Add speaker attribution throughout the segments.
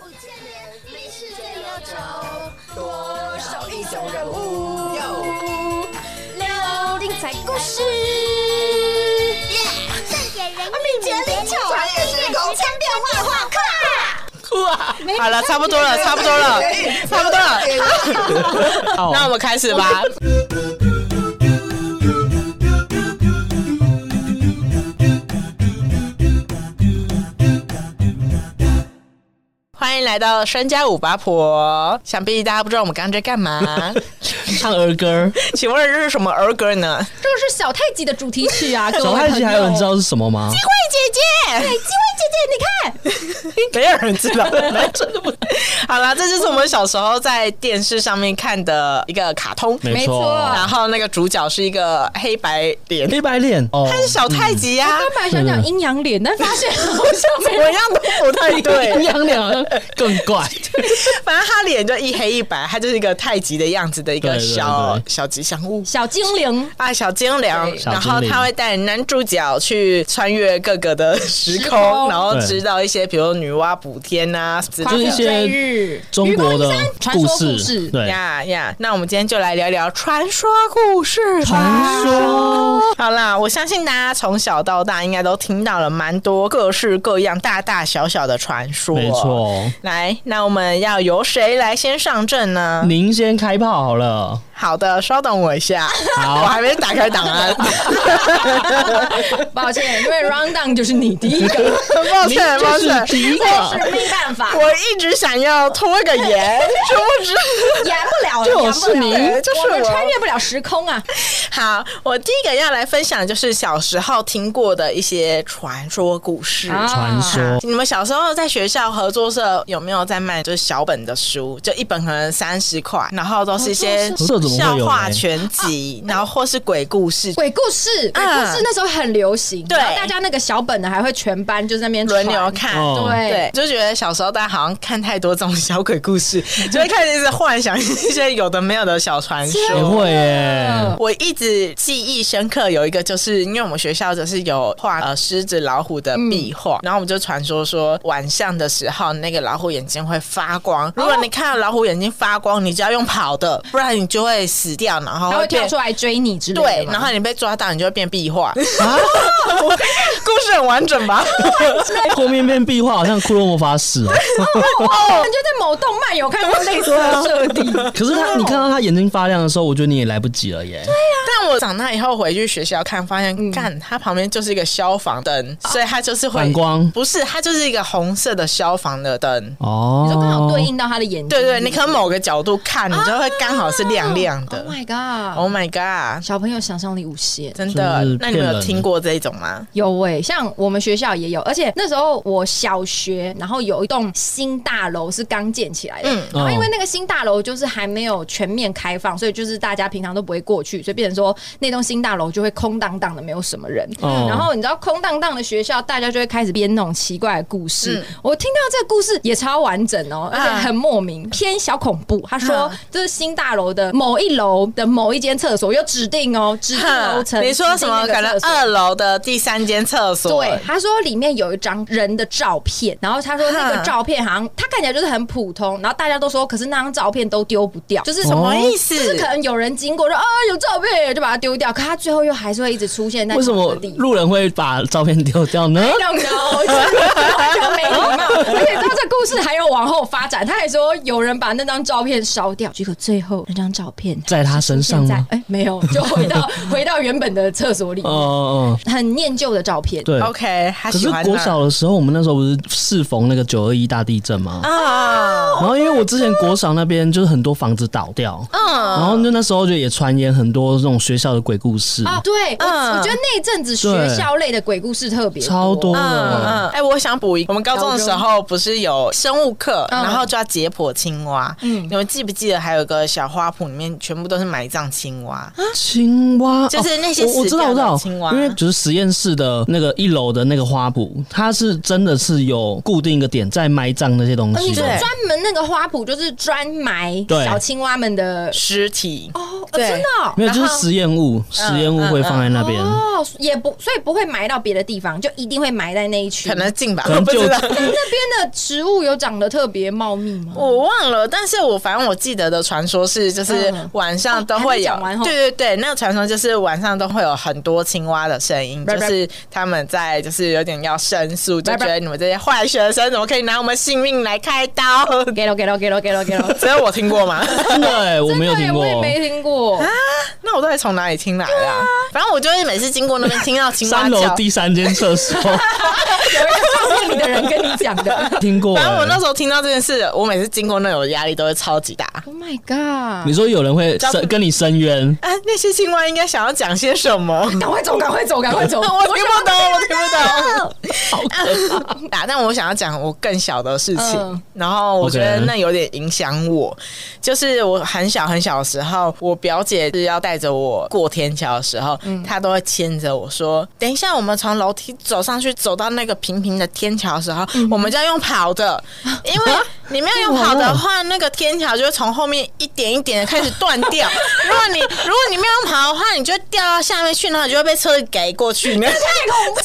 Speaker 1: 五千年历史最悠久，多少英雄人
Speaker 2: 物
Speaker 1: 物，留精彩故事。正点人物哲理九，穿越时空将变化画快。
Speaker 3: 好 了，差不多了，差不多 了，差不多了。那我们开始吧。欢迎来到身家五八婆，想必大家不知道我们刚刚在干 嘛。
Speaker 4: 唱儿歌，
Speaker 3: 请问这是什么儿歌呢？
Speaker 2: 这个是小太极的主题曲 啊，各位
Speaker 4: 小太极
Speaker 2: 朋
Speaker 4: 还
Speaker 2: 友
Speaker 4: 有人知道是什么吗？
Speaker 3: 慧姐姐，
Speaker 2: 哎，机慧姐姐，你看，
Speaker 3: 没有人知道， 真的不。好啦，这就是我们小时候在电视上面看的一个卡通，
Speaker 2: 没
Speaker 4: 错
Speaker 2: 错，
Speaker 3: 然后那个主角是一个黑白脸，
Speaker 4: 黑白脸 哦，
Speaker 3: 他是小太极呀、
Speaker 4: 嗯
Speaker 2: 刚本来想讲阴阳脸，但发现好像没
Speaker 3: 我
Speaker 2: 有。
Speaker 3: 样都不 太
Speaker 4: 阴
Speaker 3: 对。
Speaker 4: 阳脸好像更怪，
Speaker 3: 反正他脸就一黑一白，他就是一个太极的样子的一个
Speaker 4: 对对
Speaker 3: 小
Speaker 4: 对
Speaker 3: 小吉祥物。
Speaker 2: 小精灵
Speaker 3: 啊，小精灵，
Speaker 4: 小
Speaker 3: 然后
Speaker 4: 精灵
Speaker 3: 他会带男主角去穿越各个的时空，
Speaker 2: 时空
Speaker 3: 然后
Speaker 4: 对
Speaker 3: 知道一些，比如女娲补天啊，就
Speaker 4: 就是一些
Speaker 2: 日
Speaker 4: 中国的
Speaker 2: 愚公移山传
Speaker 4: 故
Speaker 2: 说
Speaker 4: 事，
Speaker 2: 故事，
Speaker 4: 对，
Speaker 3: 呀呀。那我们今天就来聊聊传说故事吧。
Speaker 4: 传说
Speaker 3: 好啦，我相信大家从小到大应该都听到了蛮多各式各样、大大小小的传说。
Speaker 4: 没。错。
Speaker 3: 来，那我们要由谁来先上阵呢？
Speaker 4: 您先开炮好了，
Speaker 3: 好的，稍等我一下，我
Speaker 4: 好，
Speaker 3: 还没打开档 案，
Speaker 2: 抱歉，因为 round down 就是你第一 个，
Speaker 3: 抱
Speaker 4: 您
Speaker 3: 歉，抱
Speaker 4: 就是
Speaker 3: 歉。
Speaker 4: 第一
Speaker 2: 这
Speaker 4: 个，
Speaker 2: 是没办法，
Speaker 3: 我一直想要拖个延，殊不知
Speaker 2: 演不了
Speaker 4: 就
Speaker 2: 了，
Speaker 4: 是
Speaker 2: 演不了了
Speaker 4: 你
Speaker 3: 就是
Speaker 2: 我们
Speaker 3: 我
Speaker 2: 穿越不了时空啊！
Speaker 3: 好，我第一个要来分享的就是小时候听过的一些传说故事。
Speaker 2: 啊
Speaker 4: 传说
Speaker 3: 你们小时候在学校合作社有没有在卖就是小本的书？就一本可能三十块，然后都是一些
Speaker 4: 合作社怎么
Speaker 3: 笑
Speaker 4: 会有
Speaker 3: 话
Speaker 4: 嘞
Speaker 3: 全集，然后或是鬼故事。
Speaker 2: 鬼故事，鬼故
Speaker 3: 啊
Speaker 2: 事那时候很流行，
Speaker 3: 对
Speaker 2: 然后大家那个小本的还会全班就在那边
Speaker 3: 轮流
Speaker 2: 传，
Speaker 3: 看，
Speaker 4: 哦
Speaker 3: 对
Speaker 2: 对，
Speaker 3: 就觉得小时候大家好像看太多这种小鬼故事，就会开始一直幻想一些有的没有的小传
Speaker 4: 也
Speaker 3: 说。
Speaker 4: 会耶，
Speaker 3: 我一直记忆深刻有一个，就是因为我们学校就是有画呃狮子、老虎的壁画，
Speaker 2: 嗯
Speaker 3: 然后我们就传说说晚上的时候那个老虎眼睛会发
Speaker 2: 哦
Speaker 3: 光，如果你看到老虎眼睛发光，你就要用跑的，不然你就会死掉，然后
Speaker 2: 他
Speaker 3: 会
Speaker 2: 会
Speaker 3: 变
Speaker 2: 跳出来追你之类的
Speaker 3: 对，
Speaker 2: 嘛
Speaker 3: 然后你被抓到，你就会变壁 画。故事很完整吧？
Speaker 4: 后面变壁画好像骷髅魔法 使哦，
Speaker 2: 哦，就在某动漫有看过类似的设 定，
Speaker 3: 啊
Speaker 4: 可是他你看到他眼睛发亮的时候，我觉得你也来不及了耶，
Speaker 3: 但我长大以后回去学校看，发
Speaker 2: 嗯
Speaker 3: 现干它旁边就是一个消防灯，
Speaker 2: 哦
Speaker 3: 所以它就是会
Speaker 4: 反光
Speaker 3: 不是它就是一个红色的消防的灯。
Speaker 4: 哦
Speaker 2: 你，就刚好对应到他的眼睛。
Speaker 3: 对对，你可能某个角度看，你就会刚好是亮亮的
Speaker 2: Oh。my god！
Speaker 3: Oh my god！
Speaker 2: 小朋友想象力无限。
Speaker 3: 真的
Speaker 4: 就是？
Speaker 3: 那你们
Speaker 4: 骗
Speaker 3: 有
Speaker 4: 人
Speaker 3: 听过这一种吗？
Speaker 2: 有诶、像我们学校也有，而且那时候我小学，然后有一栋新大楼是刚建起来的，
Speaker 3: 嗯
Speaker 2: 然后因为
Speaker 4: 哦
Speaker 2: 那个新大楼就是还没有全面开放，所以就是大家平常都不会过去，所以变成说那栋新大楼就会空荡荡的，没有什么人。
Speaker 4: 哦
Speaker 2: 然后你知道空荡荡的学校，大家就会开始编那种奇怪的故事。
Speaker 3: 嗯
Speaker 2: 我听到这个故事也超完整哦，而且
Speaker 3: 啊
Speaker 2: 很莫名，偏小恐怖。他说
Speaker 3: 啊
Speaker 2: 这是新大楼的某一楼的某一间厕所，有指定哦，指定楼层。
Speaker 3: 你说什么？
Speaker 2: 指定
Speaker 3: 可
Speaker 2: 那个
Speaker 3: 能
Speaker 2: 厕所
Speaker 3: 二楼的第三间厕所。
Speaker 2: 对，他说里面有一张人的照片，然后他说那
Speaker 3: 哈
Speaker 2: 个照片好像他看起来就是很普通，然后大家都说，可是那张照片都丢不掉，
Speaker 4: 哦
Speaker 2: 就是
Speaker 3: 什么意思？
Speaker 2: 哦就是可能有人经过说啊有照片就把它丢掉，可他最后又还是会一直出现在
Speaker 4: 为什
Speaker 2: 同一
Speaker 4: 么哦
Speaker 2: 个地方
Speaker 4: 路人会把照片丢掉 呢？
Speaker 2: I don't know，就是就没礼貌。而且你知道这故事还有往后发展，他还说有人把那张照片烧掉，结果最后那张照片
Speaker 4: 在他身上
Speaker 2: 现在
Speaker 4: 吗？
Speaker 2: 哎、没有，就回到回到原本的厕所里
Speaker 4: 哦，哦，哦
Speaker 2: 很念旧的照片。
Speaker 4: 对。
Speaker 3: OK，他
Speaker 4: 可
Speaker 3: 喜
Speaker 4: 是
Speaker 3: 欢
Speaker 4: 国
Speaker 3: 那
Speaker 4: 小的时候，我们那时候不是适逢那个九二一大地震吗？
Speaker 3: 啊，
Speaker 4: 然后因为我之前国小那边就是很多房子倒掉，
Speaker 3: 嗯，
Speaker 4: 然后就那时候就也传言很多这种学校的鬼故事，
Speaker 2: 哦，对，我、
Speaker 3: 嗯
Speaker 2: 我觉得那一阵子学
Speaker 4: 对
Speaker 2: 校类的鬼故事特别
Speaker 4: 超多
Speaker 2: 多。
Speaker 4: 的。
Speaker 3: 嗯，哎、我想补一个，我们高中的时候不是有生物课，
Speaker 2: 嗯
Speaker 3: 然后就要解剖青蛙。嗯
Speaker 2: 嗯，
Speaker 3: 你们记不记得还有个小花圃，里面全部都是埋葬青蛙？
Speaker 2: 啊
Speaker 4: 青蛙
Speaker 3: 就是那些
Speaker 4: 哦我我
Speaker 3: 死
Speaker 4: 知
Speaker 3: 掉的
Speaker 4: 道，我知道，
Speaker 3: 青蛙
Speaker 4: 因为就是实验室的那个一楼的那个花圃，它是真的是有固定一个点在埋葬那些东
Speaker 2: 哦你
Speaker 4: 西
Speaker 2: 说
Speaker 3: 嗯对
Speaker 4: 的。
Speaker 2: 专门那个花圃就是专埋
Speaker 4: 对
Speaker 2: 小青蛙们的
Speaker 3: 尸体
Speaker 2: 哦，
Speaker 3: 对
Speaker 2: 真的哦
Speaker 4: 没有，就是
Speaker 3: 然后嗯
Speaker 4: 实验物，实验物会放在那边，
Speaker 2: 哦，也不，所以不会埋到别的地方，就一定会埋在那一区。
Speaker 3: 可能近吧，
Speaker 4: 可能
Speaker 3: 我不知道。
Speaker 2: 那边的植物有长得特别茂密吗？
Speaker 3: 我忘了，但是我反正我记得的传说是，就是
Speaker 2: 嗯
Speaker 3: 晚上都会有，
Speaker 2: 哦还没讲完哦
Speaker 3: 对对对，那个传说就是晚上都会有很多青蛙的声音，
Speaker 2: 拜
Speaker 3: 就
Speaker 2: 拜
Speaker 3: 是他们在就是有点要申诉，就
Speaker 2: 拜拜
Speaker 3: 觉得你们这些坏学生怎么可以拿我们性命来开刀？
Speaker 2: 给了给了给了给了给了，
Speaker 3: 只有我听过吗？
Speaker 4: 真的哎， 我没有听过
Speaker 3: 哦欸
Speaker 2: 我，也没听过。
Speaker 3: 啊那我到底从哪里听来的啊、反正我就是每次经过那边听到青蛙
Speaker 4: 三楼
Speaker 3: 叫。
Speaker 4: 第三间 厕所
Speaker 2: 有一个照片里的人跟你讲的。
Speaker 4: 听过
Speaker 3: 反正我那
Speaker 4: 哎。
Speaker 3: 时候听到这件事，我每次经过那里，我的压力都会超级大。啊
Speaker 2: Oh my god！
Speaker 4: 你说有人会
Speaker 3: 叫
Speaker 4: 申跟你申冤，
Speaker 3: 啊，那些青蛙应该想要讲些什么？
Speaker 2: 赶快走，赶快走，赶快走！
Speaker 3: 嗯 我听不懂，我听不懂。
Speaker 4: 好可 怕！
Speaker 3: 打，但我想要讲我更小的事情，
Speaker 2: 嗯
Speaker 3: 然后我觉得
Speaker 4: OK
Speaker 3: 那有点影响我。就是我很小很小的时候，我表姐是要带着我过天桥的时候，她都会牵着我说：“等一下，我们从楼梯走上去，走到那个平平的天桥的时候，我们就要用跑的，因为你没有用跑的话，那个天桥就会从后面一点一点的开始断掉。如果你如果你没有用跑的话，你就会掉到下面去，然后你就会被车给过 去。”
Speaker 2: 太恐怖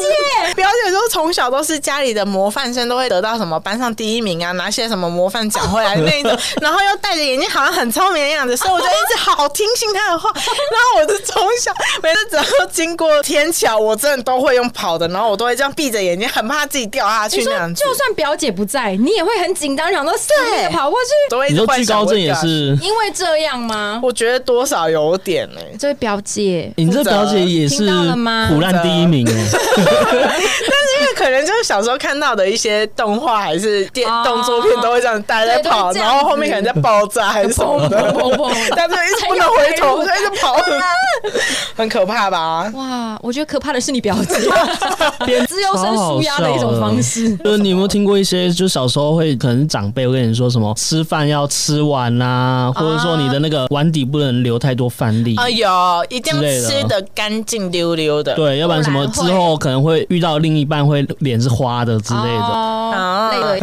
Speaker 3: 姐，表姐说从小都是家里的模范生，都会得到什么班上第一名啊，拿些什么模范奖回来的那 一种，然后又戴着眼镜，好像很聪明的样子，所以我就一直好听信她的话。然后我就从小每次只要经过天桥，我真的都会用跑的，然后我都会这样闭着眼睛，很怕自己掉下
Speaker 2: 你
Speaker 3: 去那
Speaker 2: 说
Speaker 3: 样子
Speaker 2: 就。算表姐不在，你也会很紧张，想说死命地跑过去，
Speaker 3: 都会一直
Speaker 4: 你说
Speaker 3: 幻
Speaker 4: 惧
Speaker 3: 想
Speaker 4: 高
Speaker 3: 我
Speaker 4: 症也
Speaker 3: 掉下去，
Speaker 4: 是，
Speaker 2: 因为这样吗？
Speaker 3: 啊我觉得多少有点欸呢、
Speaker 2: 这位表姐，
Speaker 4: 你这表姐也是
Speaker 2: 听到了吗
Speaker 4: 苦难第一名哎。
Speaker 3: 但是因为可能就是小时候看到的一些动画还是电、
Speaker 2: 哦
Speaker 3: 动作片，都会这样大家在
Speaker 2: 对都
Speaker 3: 跑，
Speaker 2: 会这样
Speaker 3: 然后后面可能在爆炸还是什 么的，
Speaker 2: 砰砰砰砰
Speaker 3: 但是一直不能回头，就一直跑， 很可怕 吧？
Speaker 2: 哇，我觉得可怕的是你表姐，
Speaker 4: 边
Speaker 2: 自由身舒压的一种方式
Speaker 4: 就是你有没有听过一些，就小时候会可能长辈会跟你说什么吃饭要吃完啊，或者说你的那个碗底不能留太多饭粒。
Speaker 3: 啊，有一定要
Speaker 4: 之类的
Speaker 3: 吃的干净溜溜的，
Speaker 4: 对，要不然什么之后可能会遇到另一半会脸是花的之类的，
Speaker 2: 哦
Speaker 3: 啊
Speaker 2: 累了。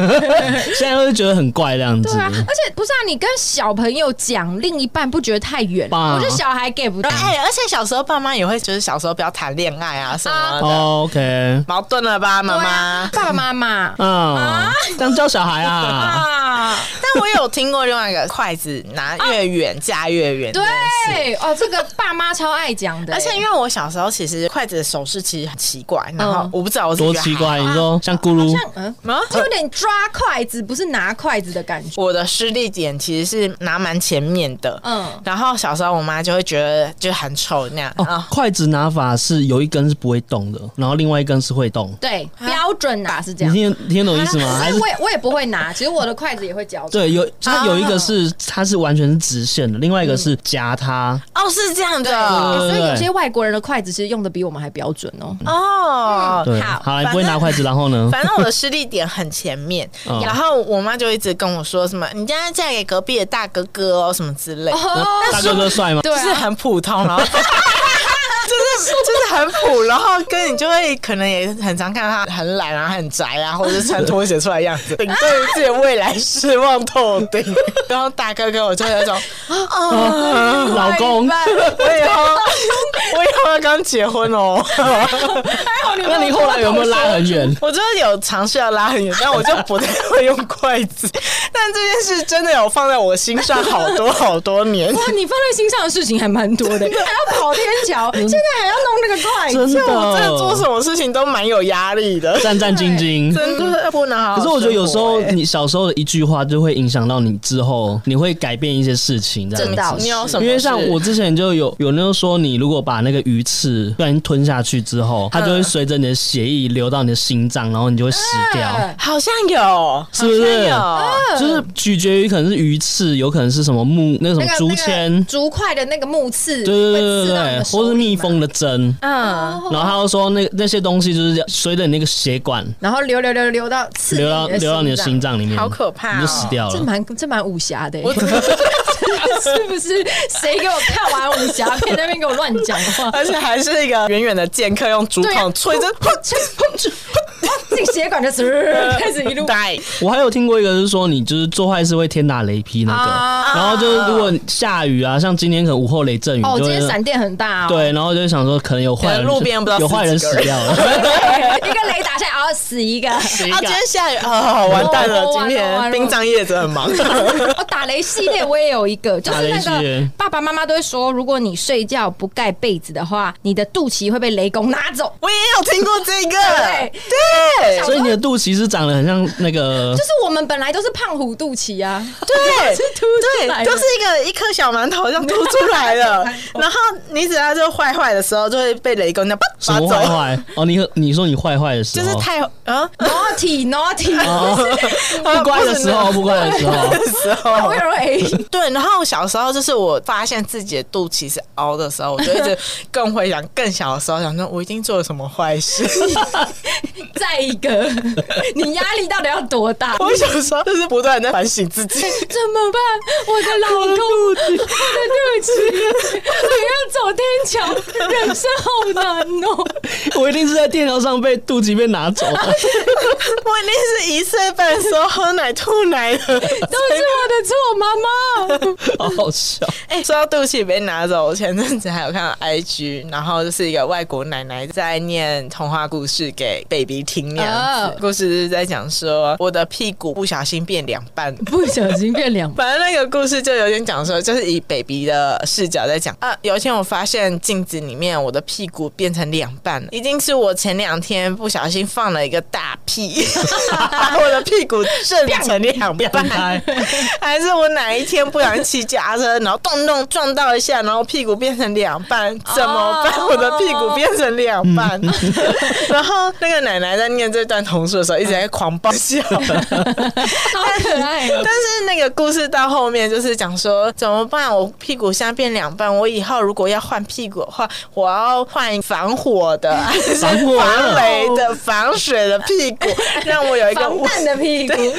Speaker 4: 现在会觉得很怪这样子
Speaker 2: 对。啊，而且不是啊，你跟小朋友讲另一半不觉得太远，
Speaker 4: 爸
Speaker 2: 我觉得小孩 get 不到。
Speaker 3: 哎、而且小时候爸妈也会觉得小时候不要谈恋爱啊什么的，
Speaker 4: 哦 OK，
Speaker 3: 矛盾了吧，妈
Speaker 2: 对
Speaker 3: 妈？
Speaker 2: 啊爸爸妈妈
Speaker 4: 啊，这样教小孩啊，
Speaker 2: 啊，
Speaker 3: 但我有听过另外一个筷子拿越远嫁越远，
Speaker 2: 对。哦，这个爸妈超爱讲的，
Speaker 3: 而且因为我小时候其实筷子的手势其实很奇怪，然后
Speaker 2: 嗯
Speaker 3: 我不知道我是
Speaker 4: 多
Speaker 3: 觉得
Speaker 4: 奇
Speaker 3: 还好
Speaker 4: 怪！你说像咕噜，
Speaker 2: 像嗯，
Speaker 3: 啊
Speaker 2: 就有点抓筷子，不是拿筷子的感觉。
Speaker 3: 我的失力点其实是拿蛮前面的，
Speaker 2: 嗯，
Speaker 3: 然后小时候我妈就会觉得就很丑那样
Speaker 4: 哦
Speaker 3: 啊，。
Speaker 4: 筷子拿法是有一根是不会动的，然后另外一根是会动。
Speaker 2: 对，
Speaker 3: 啊
Speaker 2: 标准拿是这
Speaker 4: 你
Speaker 2: 样。
Speaker 4: 听听得懂意思吗？还是
Speaker 2: 所以我也我也不会拿，其实我的筷子也会嚼。
Speaker 4: 对，有它
Speaker 3: 啊
Speaker 4: 有一个是它是完全是直线的，另外一个是夹它。
Speaker 3: 哦，是这样
Speaker 2: 哎
Speaker 3: 的
Speaker 2: 所以有
Speaker 4: 对
Speaker 2: 些外国人的筷子其实用的比我们还标准哦。
Speaker 3: 哦。
Speaker 4: 对，
Speaker 2: 好
Speaker 4: 好，你
Speaker 3: 反
Speaker 4: 不会拿
Speaker 3: 正
Speaker 4: 筷子，然后呢？
Speaker 3: 反正我的失力点很前面，
Speaker 4: 嗯
Speaker 3: 然后我妈就一直跟我说什么“你将要嫁给隔壁的大哥哥哦”什么之类，
Speaker 4: 大哥哥帅吗？
Speaker 2: 对
Speaker 3: 就是
Speaker 2: 啊，
Speaker 3: 很普通，然后就是就是很普，然后跟你就会可能也很常看到他很懒啊、很宅啊，或者是穿拖鞋出来的样子，顶对于自己的未来失望透顶。然后大哥哥，我就有一种，哦
Speaker 4: 啊 老公，
Speaker 3: 我以后我以后要刚结婚哦，
Speaker 4: 那你后来有没有拉很远？
Speaker 3: 我就是有尝试要拉很远，但我就不太会用筷子。 但这件事真的有放在我心上好多好多年。
Speaker 2: 哇，你放在心上的事情还蛮多 的，还要跑天桥，现在还要弄那个筷子。
Speaker 4: 真
Speaker 3: 所以哎我嗯真的做什
Speaker 4: 的，
Speaker 3: 么事情都蛮有压力的，
Speaker 4: 战战兢兢。
Speaker 3: 真的不能好好
Speaker 4: 可是我觉得有时候
Speaker 3: 生活欸
Speaker 4: 你小时候的一句话就会影响到你之后，你会改变一些事情，这
Speaker 2: 真的
Speaker 4: 样
Speaker 2: 哦
Speaker 4: 子。
Speaker 3: 你有什么事？
Speaker 4: 因为像我之前就有有那种说，你如果把那个鱼刺不然吞下去之后，它就会随着你的血液流到你的心脏，然后你就会死掉。
Speaker 2: 嗯
Speaker 3: 好像有，
Speaker 4: 是不是
Speaker 3: 好像有
Speaker 4: 就是取决于可能是鱼刺，有可能是什么木那个什
Speaker 2: 那
Speaker 4: 么
Speaker 2: 个
Speaker 4: 竹
Speaker 2: 那个
Speaker 4: 签，
Speaker 2: 竹筷的那个木刺，
Speaker 4: 对对对
Speaker 2: 会
Speaker 4: 对
Speaker 2: 刺到你
Speaker 4: 对，
Speaker 2: 的手
Speaker 4: 或是
Speaker 2: 里
Speaker 4: 蜜
Speaker 2: 嘛
Speaker 4: 蜂，的针。
Speaker 3: 嗯，
Speaker 4: 然后他又说那那些东西就是随着你那个血管
Speaker 2: 然后流流流流到刺
Speaker 4: 流到流到你的心，脏里面，
Speaker 3: 好可怕哦
Speaker 4: 你就死掉
Speaker 2: 这
Speaker 4: 了。
Speaker 2: 蛮这蛮武侠 的、欸。是不是谁给我看完武侠片在那 边给我乱讲话？
Speaker 3: 而且还是一个远远的剑客用竹
Speaker 2: 对啊
Speaker 3: 筒吹着，
Speaker 2: 这进血管 的时候开始一 路
Speaker 3: 对，
Speaker 4: 我还有听过一个是说，你就是做坏事会天打雷劈那个，
Speaker 2: 啊
Speaker 4: 然后就是如果下雨啊，像今天可能午后雷阵雨，
Speaker 2: 哦，
Speaker 4: 就
Speaker 2: 今
Speaker 4: 会
Speaker 2: 天闪电很大哦，
Speaker 4: 对，然后就会想说可能有坏
Speaker 3: 可
Speaker 4: 人，
Speaker 3: 能路边不知道
Speaker 4: 有坏人死掉了，
Speaker 2: 对，一个雷打下来，然后死一个。
Speaker 4: 谁
Speaker 3: 啊，今
Speaker 4: 敢
Speaker 3: 天下雨哦， 完蛋了！
Speaker 2: 哦
Speaker 3: 今
Speaker 2: 完了完
Speaker 3: 天
Speaker 2: 了
Speaker 3: 殡葬业者很忙，
Speaker 2: 我哦打雷系列我也有一个，就是
Speaker 4: 打
Speaker 2: 那
Speaker 4: 雷系
Speaker 2: 个
Speaker 4: 列
Speaker 2: 爸爸妈妈都会说，如果你睡觉不盖被子的话，你的肚脐会被雷公拿走。
Speaker 3: 我也有听过这个，
Speaker 2: 对
Speaker 3: 对
Speaker 4: 哎所以你的肚脐是长得很像那个
Speaker 2: 就，是我们本来都是胖虎肚脐 啊，
Speaker 3: 对
Speaker 2: 是凸出来
Speaker 3: 对，
Speaker 2: 的
Speaker 3: 就是一个一颗小馒头这样凸出来 了，然后你只要就坏坏的时候，就会被雷公那 样
Speaker 4: 什
Speaker 3: 拔
Speaker 4: 么
Speaker 3: 走，
Speaker 4: 坏坏？哦，你你说你坏坏的时
Speaker 3: 就
Speaker 4: 候，
Speaker 3: 是太 啊
Speaker 2: naughty naughty，
Speaker 4: 哦不乖的时候，不乖的时 候，
Speaker 3: 的时候
Speaker 2: 我，有 人
Speaker 3: 对。然后小时候就是我发现自己的肚脐是凹的时候，我就一 直更回想更小的时候，想说我一定做了什么坏事。
Speaker 2: 再一个，你压力到底要多大？
Speaker 3: 我小时候就是不断地在反省自己。
Speaker 2: 怎么办？我的老公，我的肚脐，我要走天桥，人生好难 哦。
Speaker 4: 我一定是在电脑上被肚脐被拿走了。
Speaker 3: 我一定是一岁半的时候喝奶吐奶的。
Speaker 2: 都是我的错，妈妈。
Speaker 4: 好好笑。
Speaker 3: 哎、说到肚脐被拿走，我前阵子还有看到 IG，然后就是一个外国奶奶在念童话故事给 baby 听那样子。
Speaker 2: 哦
Speaker 3: 故事是在讲说我的屁股不小心变两半。
Speaker 2: 不小心变两半，
Speaker 3: 反正那个故事就有点讲说，就是以 baby 的视角在讲啊。有一天我发现镜子里面我的屁股变成两半了，一定是我前两天不小心放了一个大屁， 把我的屁股震成两半。
Speaker 4: 开，
Speaker 3: 还是我哪一天不小心骑脚踏车，然后咚咚撞到一下，然后屁股变成两半，怎么办？
Speaker 2: 哦
Speaker 3: 我的屁股变成两半。然后那个奶奶在念这段童书的时候，一直在狂爆笑。
Speaker 2: 好可爱哦。
Speaker 3: 但是那个故事到后面就是讲说，怎么办？我屁股现在变两半，我以后如果要换屁股的话，我要换防火的、还是
Speaker 4: 防火的
Speaker 3: 防雷的、防水的屁股，让我有一个
Speaker 2: 防弹的屁股，
Speaker 3: 对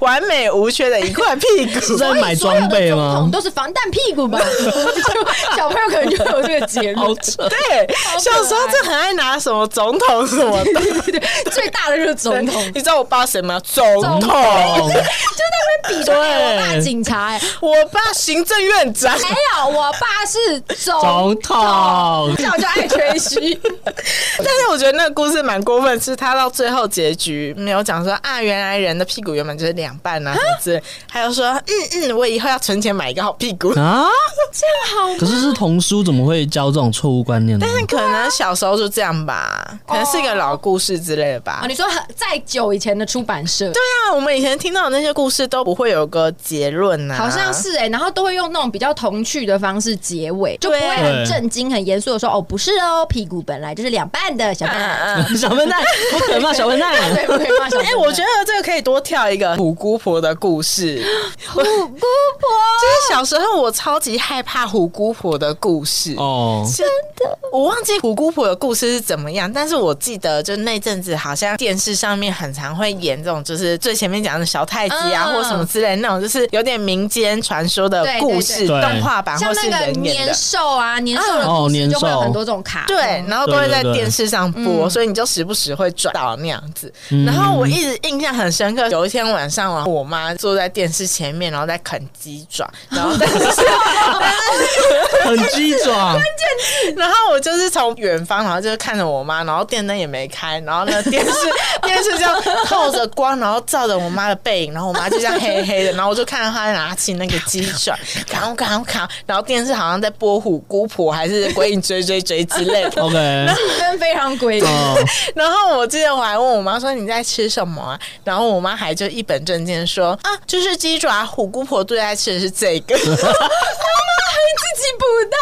Speaker 3: 完美无缺的一块屁股。
Speaker 4: 是啊在买
Speaker 2: 所有
Speaker 4: 装
Speaker 2: 的
Speaker 4: 备
Speaker 2: 总
Speaker 3: 啊
Speaker 2: 统
Speaker 4: 吗？
Speaker 2: 都是防弹屁股 吧？就小朋友可能就有这个结
Speaker 4: 好
Speaker 3: 哦
Speaker 2: 论。
Speaker 4: 扯。
Speaker 3: 对，小时候就很爱拿什么总统什么的。
Speaker 2: 最大的就是总统，
Speaker 3: 你知道我爸谁吗？总
Speaker 2: 总
Speaker 3: 统，
Speaker 4: 哦，
Speaker 2: 比说哎我爸
Speaker 4: 对
Speaker 2: 警察哎，
Speaker 3: 我爸行政院长。
Speaker 2: 没有，我爸是 总
Speaker 4: 总统
Speaker 2: 这样就爱吹嘘。
Speaker 3: 但是我觉得那个故事蛮过分，是他到最后结局没有讲说啊，原来人的屁股原本就是两半啊什么之类，还有说嗯嗯，我以后要存钱买一个好屁股。
Speaker 4: 啊，这样好。可是是童书，怎么会教这种错误观念呢？
Speaker 3: 但是可能小时候就这样吧，可能是一个老故事之类的吧
Speaker 2: 啊，。你说很再久以前的出版社，
Speaker 3: 对啊，我们以前听到的那些故事都不会有个结论呐、啊，
Speaker 2: 好像是哎、然后都会用那种比较童趣的方式结尾，就不
Speaker 3: 对
Speaker 2: 会很震惊、很严肃的说哦，不是哦，屁股本来就是两半的，小
Speaker 3: 嗯。
Speaker 2: 半。
Speaker 3: 嗯
Speaker 4: 小笨蛋，不可骂小笨蛋。
Speaker 2: 对，不可以骂小朋
Speaker 3: 哎、
Speaker 2: 友
Speaker 3: 我觉得这个可以多跳一个虎姑婆的故事。
Speaker 2: 虎 姑婆
Speaker 3: 就是小时候我超级害怕虎姑婆的故事。
Speaker 4: 哦，
Speaker 3: 真的，我忘记虎姑婆的故事是怎么样，但是我记得就那阵子好像电视上面很常会演这种，就是最前面讲的小太极啊，
Speaker 2: 嗯
Speaker 3: 或什么之类的那种，就是有点民间传说的故事
Speaker 2: 对
Speaker 4: 对对
Speaker 3: 动画版或
Speaker 2: 像
Speaker 3: 是
Speaker 2: 那个
Speaker 3: 人演
Speaker 2: 年
Speaker 3: 的。
Speaker 2: 兽啊，年兽的
Speaker 4: 哦
Speaker 2: 故事
Speaker 4: 年
Speaker 2: 就会有
Speaker 4: 兽
Speaker 2: 很多这种卡通，
Speaker 3: 对，然后都会在
Speaker 4: 对对对
Speaker 3: 电视上播，所以你就时不时会转到那样子。然后我一直印象很深刻，有一天晚上啊，我妈坐在电视前面，然后在啃鸡爪，然后但是
Speaker 4: 很啊鸡爪，
Speaker 3: 然后我就是从远方，然后就是看着我妈，然后电灯也没开，然后呢电 视电视这样透着光，然后照着我妈的背影，然后我妈就这样黑黑的，然后我就看到她拿起那个鸡爪，扛扛扛，然后电视好像在播虎姑婆还是鬼影追追追之 类的。
Speaker 4: OK，
Speaker 2: 气氛非常诡异。
Speaker 4: 哦，
Speaker 3: 然后我记得我还问我妈说你在吃什么啊？然后我妈还就一本正经地说啊，就是鸡爪，虎姑婆最爱吃的是这个。
Speaker 2: 自己补刀，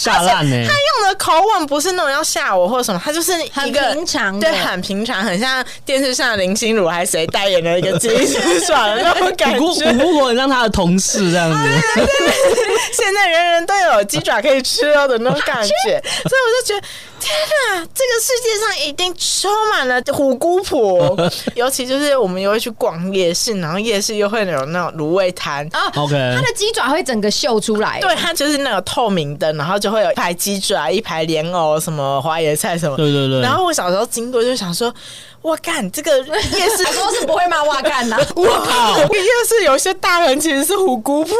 Speaker 4: 下烂欸哎呢。
Speaker 3: 他用的口吻不是那种要吓我或什么，他就是一个
Speaker 2: 很平常的
Speaker 3: 对，很平常，很像电视上的林心如还是谁代言的一个金丝爪的那种 感
Speaker 4: 虎姑
Speaker 3: 觉
Speaker 4: 虎。姑婆很像他的同事这样子，
Speaker 3: 现在人人都有鸡爪可以吃哦的那种感觉，所以我就觉得天哪，这个世界上一定充满了虎姑 婆，尤其就是我们又会去逛夜市，然后夜市又会有那种卤味摊。
Speaker 2: 啊
Speaker 4: OK
Speaker 2: 它的鸡爪会整个秀出来，
Speaker 3: 对，，它就是那个透明的，然后就会有一排鸡爪、一排莲藕、什么花椰菜什么，
Speaker 4: 对对对。
Speaker 3: 然后我小时候经过就想说，我干，这个夜市
Speaker 2: 还说是不会骂哇干啊 呐、
Speaker 3: 我靠！这个夜市有一些大人其实是虎姑 婆，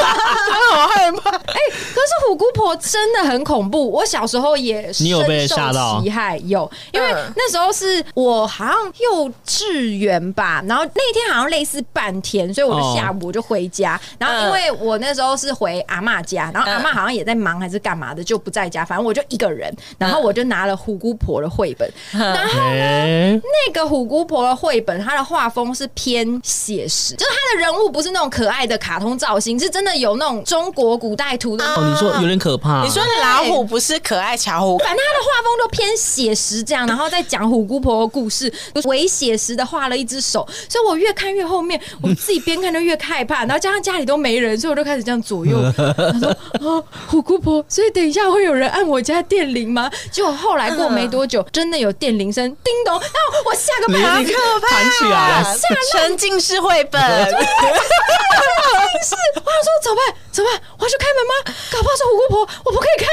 Speaker 3: 我好害怕。
Speaker 2: 哎、可是虎姑婆真的很恐怖。我小时候也
Speaker 4: 你有被吓到
Speaker 2: 深受其害有，因为
Speaker 3: 嗯
Speaker 2: 那时候是我好像幼稚园吧，然后那一天好像类似半天，所以我
Speaker 4: 哦
Speaker 2: 就下午我就回家。然后因为我那时候是回阿嬷家，然后阿嬷好像也在忙还是干嘛的，就不在家。反正我就一个人，然后我就拿了虎姑婆的绘本，然后
Speaker 4: 哎，
Speaker 2: 那个虎姑婆的绘本，它的画风是偏写实，就是它的人物不是那种可爱的卡通造型，是真的有那种中国古代图的那种
Speaker 4: 哦，你说有点可怕。
Speaker 3: 你说老虎不是可爱巧虎，
Speaker 2: 反正他的画风都偏写实这样，然后再讲虎姑婆的故事，伪写实的画了一只手，所以我越看越后面，我自己边看就越害怕，然后加上家里都没人，所以我就开始这样左右，他说哦，虎姑婆，所以等一下会有人按我家电铃吗？结果后来过没多久，真的有电铃声，叮咚，然后我吓个啊
Speaker 4: 你
Speaker 2: 半死。
Speaker 4: 弹起
Speaker 3: 啊
Speaker 4: 来，
Speaker 3: 沉浸式绘本，
Speaker 2: 是，我想说怎么办？怎么办？我要去开门吗？搞不好是虎姑婆，我不可以开门。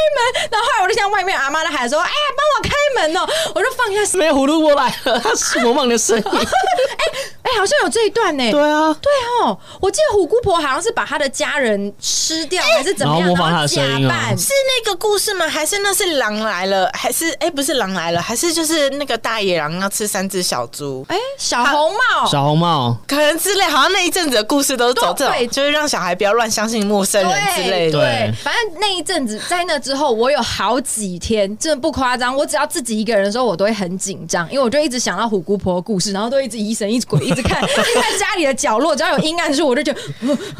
Speaker 2: 然后后来我就向外面阿妈的喊说：“哎、帮我开门哦！”我就放下
Speaker 4: 没有葫芦我来了，它是模仿你的声音。
Speaker 2: 哎、好像有这一段呢、
Speaker 4: 对啊，
Speaker 2: 对哦，我记得虎姑婆好像是把她的家人吃掉，还是怎么样，
Speaker 4: 然后模仿她的
Speaker 2: 假
Speaker 4: 声音啊
Speaker 2: 扮。
Speaker 3: 是那个故事吗？还是那是狼来了？还是哎、不是狼来了？还是就是那个大野狼要吃三只小猪？
Speaker 2: 哎、小红帽，
Speaker 4: 小红帽，
Speaker 3: 可能之类，好像那一阵子的故事都是走这
Speaker 2: 对
Speaker 3: 种，就是让小孩不要乱相信陌生人之类的。
Speaker 2: 对
Speaker 4: 对
Speaker 2: 反正那一阵子，在那之后，我有好几天，真的不夸张，我只要自己一个人的时候，我都会很紧张，因为我就一直想到虎姑婆的故事，然后都一直疑神疑鬼，一直看，一 直看家里的角落，只要有阴暗处，我就觉得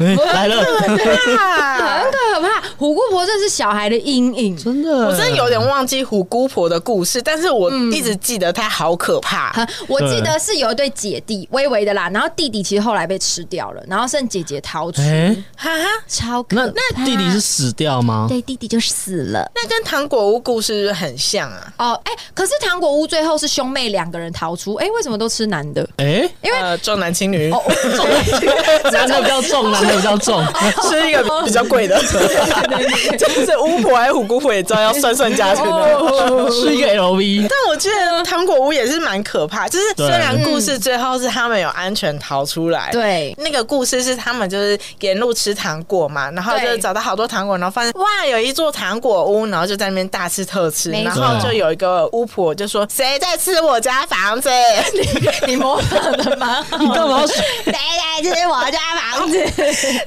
Speaker 4: 哎来了，
Speaker 3: 啊
Speaker 2: 很可怕。虎姑婆这是小孩的阴影，
Speaker 4: 真的，
Speaker 3: 我真的有点忘记虎姑婆的故事，但是我一直记得她好可怕。
Speaker 2: 啊我记得是有一对姐弟，微微的啦，然后弟弟其实后来被吃掉了，然后剩姐姐逃出，
Speaker 4: 哎，
Speaker 3: 哈哈，
Speaker 2: 超可
Speaker 4: 那
Speaker 2: 怕
Speaker 4: 弟弟是死掉吗？
Speaker 2: 对弟弟就死了。
Speaker 3: 那跟糖果屋故事很像啊。
Speaker 2: 哦，哎、可是糖果屋最后是兄妹两个人逃出，哎、为什么都吃男的？
Speaker 4: 哎，
Speaker 2: 因为
Speaker 3: 呃，重男轻女、
Speaker 2: 哦，
Speaker 4: 男的比较重，男的比较重。
Speaker 3: 是一个比较贵 的，就是巫婆还是虎姑婆也知道要算算价钱的。
Speaker 4: 是一个 LV，
Speaker 3: 哦但我觉得糖果屋也是蛮可怕，就是虽
Speaker 4: 对
Speaker 3: 然故事最后是他们有安全逃出来，
Speaker 2: 对
Speaker 3: 那个故事是他们就是沿路吃糖果嘛，然后就
Speaker 2: 对
Speaker 3: 找到好多糖果，然后发现哇有一座糖果屋，然后就在那边大吃特吃，
Speaker 2: 没
Speaker 3: 然
Speaker 2: 错
Speaker 3: 后就有一个巫婆就说谁在吃我家房子，
Speaker 2: 你模仿的蛮好。
Speaker 4: 你干嘛要
Speaker 2: 谁来吃我家房子？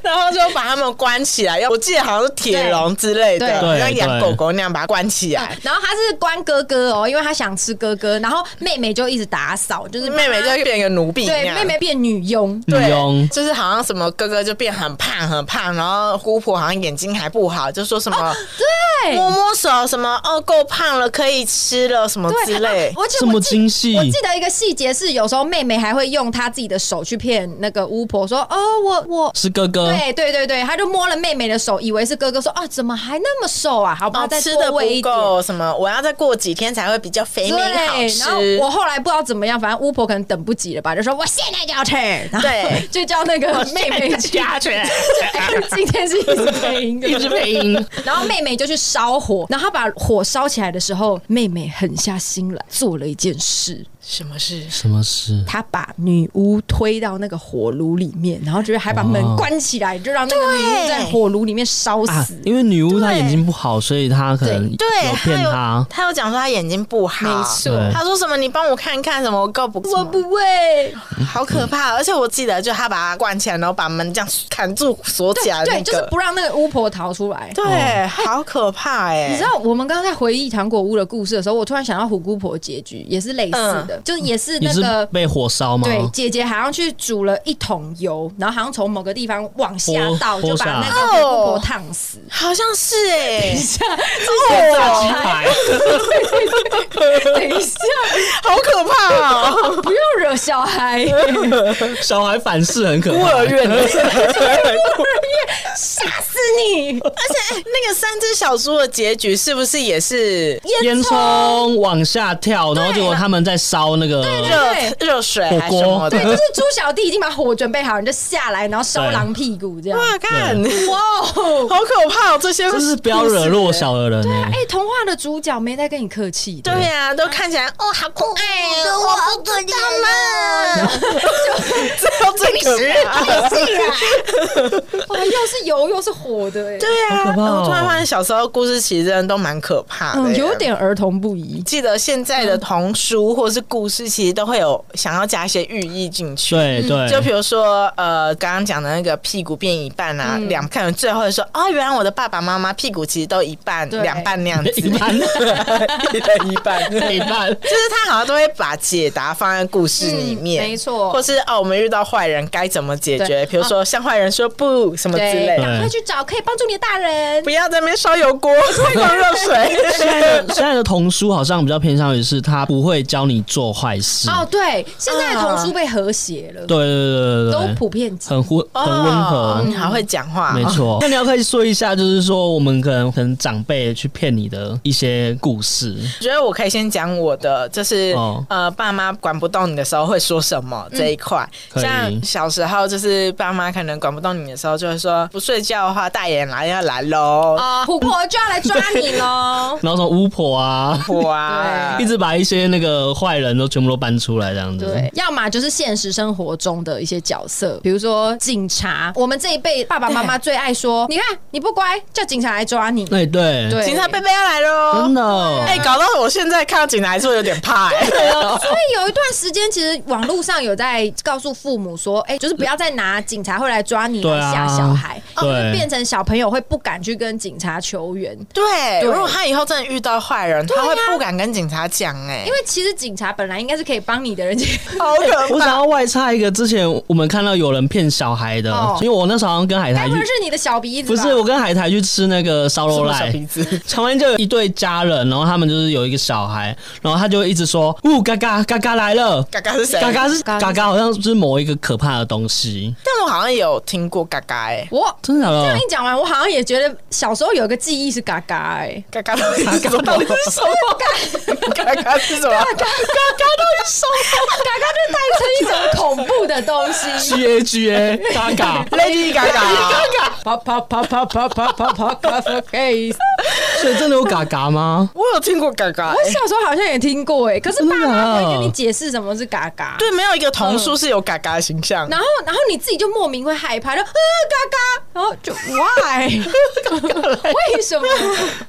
Speaker 3: 然后就把他们关起来，要我记得好像是铁笼之类的，
Speaker 4: 对
Speaker 3: 像养
Speaker 4: 对
Speaker 3: 狗狗那样把它关起来。
Speaker 2: 然后他是关哥哥哦，因为他想吃哥哥，然后妹妹就一直打扫，就是
Speaker 3: 妹妹就啊会变一个奴婢那
Speaker 2: 对
Speaker 3: 样，
Speaker 2: 妹妹变女佣。
Speaker 4: 女佣？
Speaker 3: 就是好像什么哥哥就变很胖很胖，然后姑婆好像眼睛还不好，就说什么、
Speaker 2: 对
Speaker 3: 摸摸手什么哦够胖了可以吃了什么
Speaker 2: 对
Speaker 3: 之类
Speaker 2: 啊。我记
Speaker 4: 这
Speaker 2: 得我
Speaker 4: 么
Speaker 2: 记
Speaker 4: 精细
Speaker 2: 我，记得一个细节是，有时候妹妹还会用她自己的手去骗那个巫婆说：“哦，我我。”
Speaker 4: 是哥哥。
Speaker 3: 嗯
Speaker 2: 对对对对，她就摸了妹妹的手，以为是哥哥说啊，怎么还那么瘦啊？好吧，
Speaker 3: 哦，
Speaker 2: 再
Speaker 3: 吃的
Speaker 2: 多喂一
Speaker 3: 不
Speaker 2: 点。
Speaker 3: 够，什么我要再过几天才会比较肥美好
Speaker 2: 对，然后
Speaker 3: 吃。
Speaker 2: 我后来不知道怎么样，反正巫婆可能等不及了吧，就说我现在就要吃，然后
Speaker 3: 对
Speaker 2: 就叫那个妹妹去。
Speaker 3: 去，
Speaker 2: 今天是一直配音的，
Speaker 4: 一 直配音，
Speaker 2: 然后妹妹就去烧火，然后她把火烧起来的时候，妹妹狠下心来做了一件事，
Speaker 3: 什么事？
Speaker 4: 什么事？
Speaker 2: 她把女巫推到那个火炉里面，然后就是还把门
Speaker 4: 哇
Speaker 2: 关起来，就让那个女巫在火炉里面烧死。
Speaker 4: 啊，因为女巫她眼睛不好，所以她可能
Speaker 3: 对，
Speaker 4: 有骗
Speaker 3: 他有
Speaker 4: 她。
Speaker 3: 他有讲说他眼睛不好，
Speaker 2: 没错
Speaker 4: 啊对
Speaker 3: 他说什么你帮我看看什么我够不
Speaker 2: 我不会，
Speaker 3: 好可怕！而且我记得，就他把它关起来，然后把门这样砍住锁起来、那
Speaker 2: 对，
Speaker 3: 个哦
Speaker 2: 就是不让那个巫婆逃出来。
Speaker 3: 对，好可怕哎、
Speaker 2: 你知道我们刚刚在回忆糖果屋的故事的时候，我突然想到虎姑婆的结局也是类似
Speaker 3: 嗯
Speaker 2: 的，就是也是
Speaker 4: 你
Speaker 2: 那
Speaker 4: 是
Speaker 2: 个
Speaker 4: 被火烧吗？
Speaker 2: 对，姐姐好像去煮了一桶油，然后好像从某个地方往下
Speaker 4: 泼
Speaker 2: 倒，
Speaker 4: 泼
Speaker 2: 就把
Speaker 4: 下
Speaker 2: 那个姑婆烫死。
Speaker 3: 好像是哎、哦
Speaker 4: 炸鸡排，
Speaker 2: 等一下，
Speaker 3: 好可怕哦！
Speaker 2: 不要惹小孩，
Speaker 4: 小孩反噬很可
Speaker 3: 孤
Speaker 4: 怕
Speaker 3: 儿。院，
Speaker 2: 吓死
Speaker 3: 而
Speaker 2: 你！
Speaker 3: 且哎那个三只小猪的结局是不是也是
Speaker 4: 烟囱往下跳，然后结果他们在烧那个
Speaker 3: 热
Speaker 2: 对
Speaker 3: 热水还
Speaker 4: 火
Speaker 3: 是
Speaker 4: 锅
Speaker 3: 什么
Speaker 2: 对，就
Speaker 3: 的？
Speaker 2: 是猪小弟已经把火准备好，你就下来，然后烧
Speaker 4: 对
Speaker 2: 狼屁股这样。
Speaker 3: 哇，看，
Speaker 2: 哇！
Speaker 3: 好可怕哦！这些
Speaker 4: 真是不要惹弱小儿人哎、
Speaker 2: 哎、童话的主角没在跟你客气的，
Speaker 3: 对呀、都看起来哦，好 可爱
Speaker 1: 哎我
Speaker 3: 哦，
Speaker 1: 好可怜啊！
Speaker 3: 这要最可怕。
Speaker 2: 哇，又是油又是火的、哎，
Speaker 3: 对呀、
Speaker 4: 好可怕哦
Speaker 3: 我突然发现小时候故事其实真的都蛮可怕的、
Speaker 2: 嗯，有。点儿童不宜。
Speaker 3: 记得现在的童书或是故事，其实都会有想要加一些寓意进去。
Speaker 4: 对
Speaker 2: 嗯
Speaker 4: 对，
Speaker 3: 就比如说，呃，刚刚讲的那个屁股变一半啊，两、看完最后就说，哦，原来我的爸爸妈妈屁股其实都一半、
Speaker 2: 对
Speaker 3: 两半那样子，
Speaker 4: 一般
Speaker 3: 一人一半，
Speaker 4: 一般。
Speaker 3: 就是他好像都会把解答放在故事里面，
Speaker 2: 嗯没错
Speaker 3: 或是哦，我们遇到坏人该怎么解
Speaker 2: 对
Speaker 3: 决？比如说向坏人说不什么之类
Speaker 2: 对，
Speaker 3: 的，
Speaker 2: 赶快去找可以帮助你的大人
Speaker 3: 不。要在那边烧油锅、 用热 水。
Speaker 4: 现在的童书好像比较偏向于是他不会教你做坏事，
Speaker 2: 哦，对，现在的童书被和谐了，
Speaker 4: 对对对
Speaker 2: 都
Speaker 4: 对对，
Speaker 2: 普遍级。
Speaker 4: 很温很温和啊
Speaker 3: 哦，你好会讲话、
Speaker 4: 没
Speaker 3: 哦。
Speaker 4: 错， 那你要可以说一下，就是说我们可能可能长辈去骗你的一些故事，
Speaker 3: 我觉得我可以先讲我的，就是、
Speaker 4: 哦
Speaker 3: 呃，爸妈管不动你的时候会说什么这一块。
Speaker 4: 可以！
Speaker 3: 像小时候，就是爸妈可能管不动你的时候，就会说不睡觉的话，大野狼要来喽，
Speaker 2: 啊，虎婆就要来抓 你喽
Speaker 4: 然后什么巫婆啊，
Speaker 3: 我啊
Speaker 4: 一，直把一些那个坏人都全部都搬出来这样子。
Speaker 2: 对，要么就是现实生活中的一些角色，比如说警察。我们这一辈爸爸妈妈最爱说：“你看你不乖，叫警察来抓你。
Speaker 4: 哎对，
Speaker 2: 对
Speaker 3: 警察贝贝要来喽
Speaker 4: 真。的哦，
Speaker 3: 哎、搞到我现在看到警察还是会有点怕哎、
Speaker 2: 所以有一段时间，其实网络上有在告诉父母说：“哎、就是不要再拿警察会来抓你
Speaker 4: 对
Speaker 2: 来
Speaker 4: 啊
Speaker 2: 吓小孩。哦
Speaker 4: 对
Speaker 2: 就是变成小朋友会不敢去跟警察求援。
Speaker 3: 对，
Speaker 2: 对
Speaker 3: 如果他以后真的遇到坏人，
Speaker 2: 对啊
Speaker 3: 他会不敢跟警察讲哎、哎
Speaker 2: 因为其实警察本来应该是可以帮你的 人，
Speaker 3: 好可
Speaker 4: 我想
Speaker 3: 怕。
Speaker 4: 要外插一个，之前我们看到有人骗小孩的
Speaker 2: 哦，
Speaker 4: 因为我那时候好像跟海
Speaker 2: 该
Speaker 4: 苔
Speaker 2: 不
Speaker 4: 去
Speaker 2: 会，是你的小鼻子吧？
Speaker 4: 不是我跟海苔去吃那个烧
Speaker 3: 小
Speaker 4: 肉赖，
Speaker 3: 鼻子，
Speaker 4: 旁边就有一对家人，然后他们就是有一个小孩，然后他就一直说，呜嘎嘎嘎嘎来了。
Speaker 3: 嘎嘎是谁？
Speaker 4: 嘎嘎是
Speaker 2: 嘎嘎
Speaker 4: 嘎嘎，好像是某一个可怕的东西，
Speaker 3: 但我好像有听过嘎嘎哎、
Speaker 2: 我
Speaker 4: 真的假
Speaker 2: 这
Speaker 4: 的
Speaker 2: 样一？讲完，我好像也觉得小时候有一个记忆是嘎嘎哎、
Speaker 3: 嘎嘎到底是什么？ 到底是什么？嘎嘎是什么？
Speaker 2: 嘎嘎嘎到底什么？嘎
Speaker 4: 嗯
Speaker 2: 嘎就带成一种恐怖的东 西。
Speaker 4: G A G A 嘎嘎
Speaker 3: Lady Gaga，
Speaker 2: 啪啪啪啪啪啪啪啪啪啪 case。
Speaker 4: 所以真的有嘎嘎吗？
Speaker 3: 我有听过嘎嘎、
Speaker 2: 我
Speaker 3: 欸。
Speaker 2: 小时候好像也听过哎、可是
Speaker 4: 真的
Speaker 2: 爸妈不
Speaker 4: 假
Speaker 2: 会
Speaker 4: 的
Speaker 2: 跟你解释什么是嘎嘎。
Speaker 3: 对，没有一个童书是有嘎嘎的形象。
Speaker 2: 然后，然后你自己就莫名会害怕，就呃嘎嘎，然后 就 why？为什么？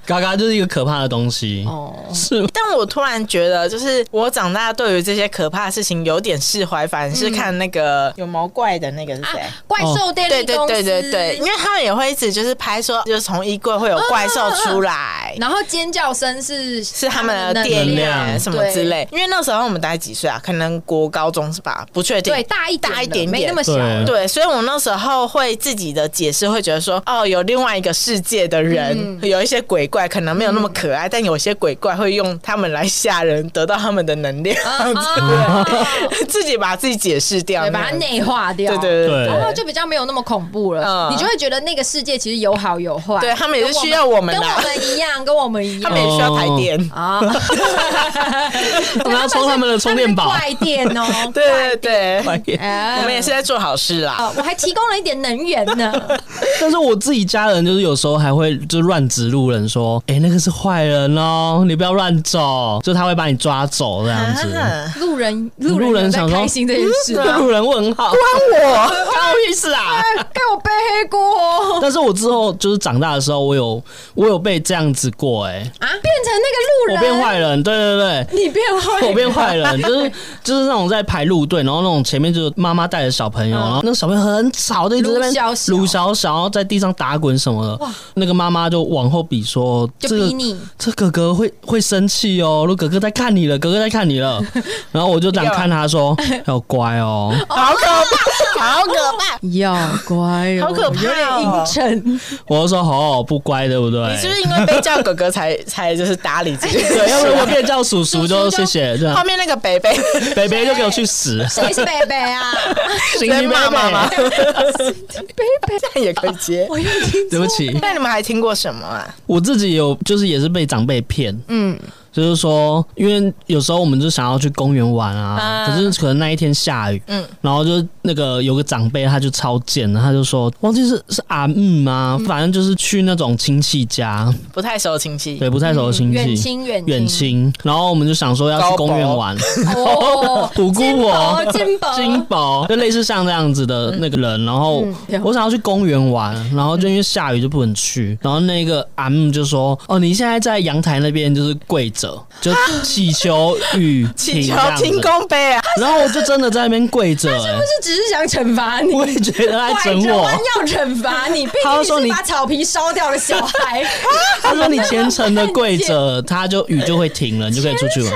Speaker 4: 嘎嘎就是一个可怕的东西，
Speaker 2: 哦，
Speaker 4: 是
Speaker 3: 但我突然觉得，就是我长大对于这些可怕的事情有点释怀，反而是看那个有毛怪的那个是
Speaker 2: 啊
Speaker 3: 谁？，
Speaker 2: 怪兽电
Speaker 3: 哦对
Speaker 2: 力
Speaker 3: 对
Speaker 2: 公司，
Speaker 3: 对对对，因为他们也会一直就是拍说，就是从衣柜会有怪兽出来。
Speaker 2: 然后尖叫声是
Speaker 3: 是他们的
Speaker 2: 能
Speaker 3: 电啊
Speaker 4: 能
Speaker 2: 量
Speaker 4: 量
Speaker 3: 什么之类，因为那时候我们大概几岁啊？可能国高中是吧？不确定。
Speaker 2: 对，大一点
Speaker 3: 大一
Speaker 2: 了
Speaker 3: 点
Speaker 2: 没
Speaker 3: 点
Speaker 2: 那么小
Speaker 4: 对
Speaker 2: 了。
Speaker 3: 对，所以我那时候会自己的解释，会觉得说，哦，有另外一个世界的
Speaker 2: 嗯
Speaker 3: 人，有一些鬼怪可能没有那么可爱，但有些鬼怪会用他们来吓人，得到他们的能量，
Speaker 2: 啊，
Speaker 3: 自己把自己解释掉
Speaker 2: 对，
Speaker 3: 那样，
Speaker 2: 把它内化掉。
Speaker 3: 对对对
Speaker 4: 对
Speaker 2: 然后就比较没有那么恐怖了，
Speaker 3: 嗯
Speaker 2: 你就会觉得那个世界其实有好有坏，
Speaker 3: 对他们也是
Speaker 2: 跟
Speaker 3: 需要我们
Speaker 2: 跟
Speaker 3: 的啊
Speaker 2: 我们一样，跟我们一
Speaker 3: 他
Speaker 2: 样
Speaker 3: 们也需要台
Speaker 4: 哦
Speaker 3: 电。
Speaker 2: 啊，
Speaker 4: 我们要充他们的充电宝
Speaker 2: 快电哦，
Speaker 3: 对对对，
Speaker 4: 快点。
Speaker 2: 哎
Speaker 3: 我们也是在做好事啦。
Speaker 2: 啊，我还提供了一点能源 呢，
Speaker 4: 但是我自己家人就是有时候还会就乱指路人说，哎、那个是坏人哦，你不要乱走，就他会把你抓走这
Speaker 2: 哦
Speaker 4: 样子。
Speaker 3: 啊
Speaker 2: 路人路
Speaker 4: 路人
Speaker 2: 在
Speaker 4: 想说嗯
Speaker 2: 开心这件事
Speaker 4: 对
Speaker 2: 吗，
Speaker 4: 路人问号，
Speaker 3: 我
Speaker 4: 关我屁事啊！
Speaker 2: 啊哎给我背黑锅哦
Speaker 4: 但是我之后就是长大的时候，我有我有被这样子过、哎，
Speaker 2: 啊，变成那个路人，
Speaker 4: 我变坏人，对对对，
Speaker 2: 你变坏，
Speaker 4: 我变坏人，就是就是那种在排路队，然后那种前面就是妈妈带着小朋友，
Speaker 2: 嗯
Speaker 4: 然后那个小朋友很吵，就一直在那
Speaker 2: 撸
Speaker 4: 边
Speaker 2: 小小
Speaker 4: 撸小小，然后在地上打滚什么的
Speaker 2: 哇。
Speaker 4: 那个妈妈就往后比说，
Speaker 2: 就
Speaker 4: 这个
Speaker 2: 逼你
Speaker 4: 这哥哥会会生气哦，如果哥哥在看你了，哥哥在看你了。然后我就这样看他说，要乖哦，
Speaker 3: 好可怕，好可怕！
Speaker 2: 要乖、哦，
Speaker 3: 好可怕哦
Speaker 2: 有点阴沉。
Speaker 4: 我就说好不乖，对不对？
Speaker 3: 你是不是因为被叫哥哥才才就是搭理自己？
Speaker 4: 对，要不然我变叫叔叔就
Speaker 3: 叔
Speaker 4: 谢谢，这
Speaker 3: 后
Speaker 4: 样
Speaker 3: 面那个北 北，
Speaker 4: 北北就给我去死，
Speaker 2: 谁是贝贝 啊？
Speaker 4: 行
Speaker 3: 人骂妈 妈，
Speaker 4: 北北
Speaker 2: 贝贝，
Speaker 3: 这样也可以接。
Speaker 2: 我又听
Speaker 4: 对不起，
Speaker 3: 那你们还听过什么啊？
Speaker 4: 我自己有就是也是被长辈骗，
Speaker 2: 嗯，
Speaker 4: 就是说，因为有时候我们就想要去公园玩啊，
Speaker 3: 啊
Speaker 4: 可是可能那一天下雨，
Speaker 3: 嗯
Speaker 4: 然后就那个有个长辈他就超贱的，他就说忘记是是阿嗯吗？反正就是去那种亲戚家，
Speaker 3: 不太熟亲戚，
Speaker 4: 对，不太熟的亲
Speaker 2: 远
Speaker 4: 戚。
Speaker 2: 亲远
Speaker 4: 远亲，然后我们就想说要去公园玩，，
Speaker 2: 哦
Speaker 4: 虎姑婆
Speaker 2: 金箔
Speaker 4: 金宝就类似像这样子的那个人，然后
Speaker 2: 嗯
Speaker 4: 我想要去公园玩，然后就因为下雨就不能去，然后那个阿姆就说：“哦，你现在在阳台那边就是跪着，就祈求 雨
Speaker 3: 祈
Speaker 4: 停这
Speaker 3: 求
Speaker 4: 样子
Speaker 3: 停工杯啊！
Speaker 4: 然后我就真的在那边跪着、欸，
Speaker 2: 是只是想惩罚你。
Speaker 4: 我也觉得他在
Speaker 2: 拐
Speaker 4: 整
Speaker 2: 着
Speaker 4: 我
Speaker 2: 弯。要惩罚你，毕
Speaker 4: 他
Speaker 2: 竟
Speaker 4: 就说
Speaker 2: 你
Speaker 4: 你
Speaker 2: 是把草皮烧掉的小 孩。
Speaker 4: 他说：“你虔诚的跪 着，他就雨就会停了，你就可以出去玩。”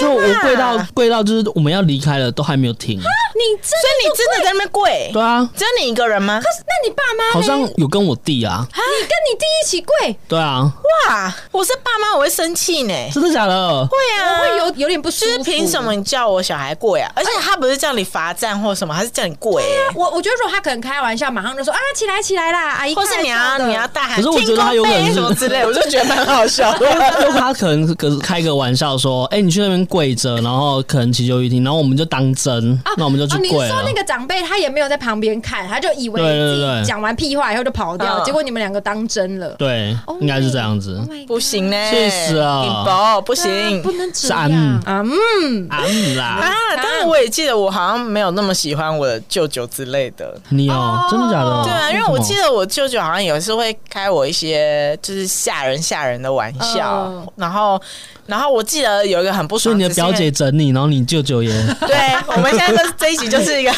Speaker 4: 就我跪到跪到就是我们要离开了都还没有停，
Speaker 2: 你真
Speaker 3: 所以你真的在那边跪，
Speaker 4: 对啊，
Speaker 3: 只有你一个人吗？
Speaker 2: 那你爸妈呢
Speaker 4: 好像有跟我弟啊，
Speaker 2: 你跟你弟一起跪，
Speaker 4: 对啊，
Speaker 3: 哇，我是爸妈，我会生气呢。
Speaker 4: 真的假的？
Speaker 3: 对啊，
Speaker 2: 会有有点不舒
Speaker 3: 就
Speaker 2: 服。
Speaker 3: 是凭什？么你叫我小孩跪啊？而且他不是叫你罚站或什么，他是叫你跪、
Speaker 4: 啊
Speaker 3: 欸，
Speaker 2: 我我觉得如果他可能开玩笑，马上就说啊起来起来啦，阿姨
Speaker 3: 或
Speaker 2: 看
Speaker 3: 是
Speaker 2: 得到的。
Speaker 3: 你要你要大喊，
Speaker 4: 可是我觉得他有可能是啊
Speaker 3: 停工杯什么之类，我就觉得蛮好 笑的。
Speaker 4: 就他可能可是开个玩笑说，哎、你去那边跪着，然后可能祈求雨停，然后我们就当真，那我们就去
Speaker 2: 哦，你是
Speaker 4: 跪了。
Speaker 2: 说那个长辈他也没有在旁边看，他就以为
Speaker 4: 对对
Speaker 2: 自
Speaker 4: 对
Speaker 2: 己讲完屁话以后就跑掉，
Speaker 3: 嗯
Speaker 2: 结果你们两个当真了。
Speaker 4: 对
Speaker 2: Oh
Speaker 4: 应该是
Speaker 2: my-
Speaker 4: 这样子。
Speaker 2: Oh my
Speaker 3: 不行呢、
Speaker 4: 气死了
Speaker 3: 顶包不
Speaker 2: 对啊
Speaker 3: 行
Speaker 2: 不能这
Speaker 4: 三
Speaker 2: 样啊！嗯，
Speaker 4: 啊嗯
Speaker 3: 啊
Speaker 4: 啦，！
Speaker 3: 但是我也记得，我好像没有那么喜欢我的舅舅之类的。
Speaker 4: 你哦，真的假的？
Speaker 3: 对啊，因为我记
Speaker 4: 得
Speaker 3: 得我舅舅好像有时会开我一些就是吓人吓人的玩笑，
Speaker 2: 嗯
Speaker 3: 然后然后我记得有一个很不
Speaker 4: 所以
Speaker 3: 爽，
Speaker 4: 你的表姐整你，然后你舅 舅也，
Speaker 3: 只是因为， 对我们现在这这一集就是一个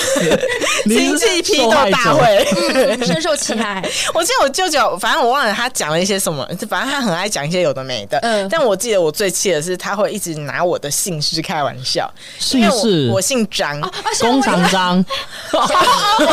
Speaker 4: 你
Speaker 3: 亲
Speaker 4: 是
Speaker 3: 戚批斗
Speaker 4: 受害者
Speaker 3: 大会。嗯
Speaker 2: 嗯深受其害。
Speaker 3: 我记得我舅舅，反正我忘了他讲了一些什么，反正他很爱讲一些有的没的。
Speaker 2: 嗯
Speaker 3: 但我记得我最气的是，他会一直拿我的姓氏开玩笑，因
Speaker 4: 姓
Speaker 3: 为
Speaker 4: 氏
Speaker 3: 我我姓张，
Speaker 2: 啊，像
Speaker 4: 工
Speaker 2: 我一样
Speaker 4: 厂 章，
Speaker 2: 跟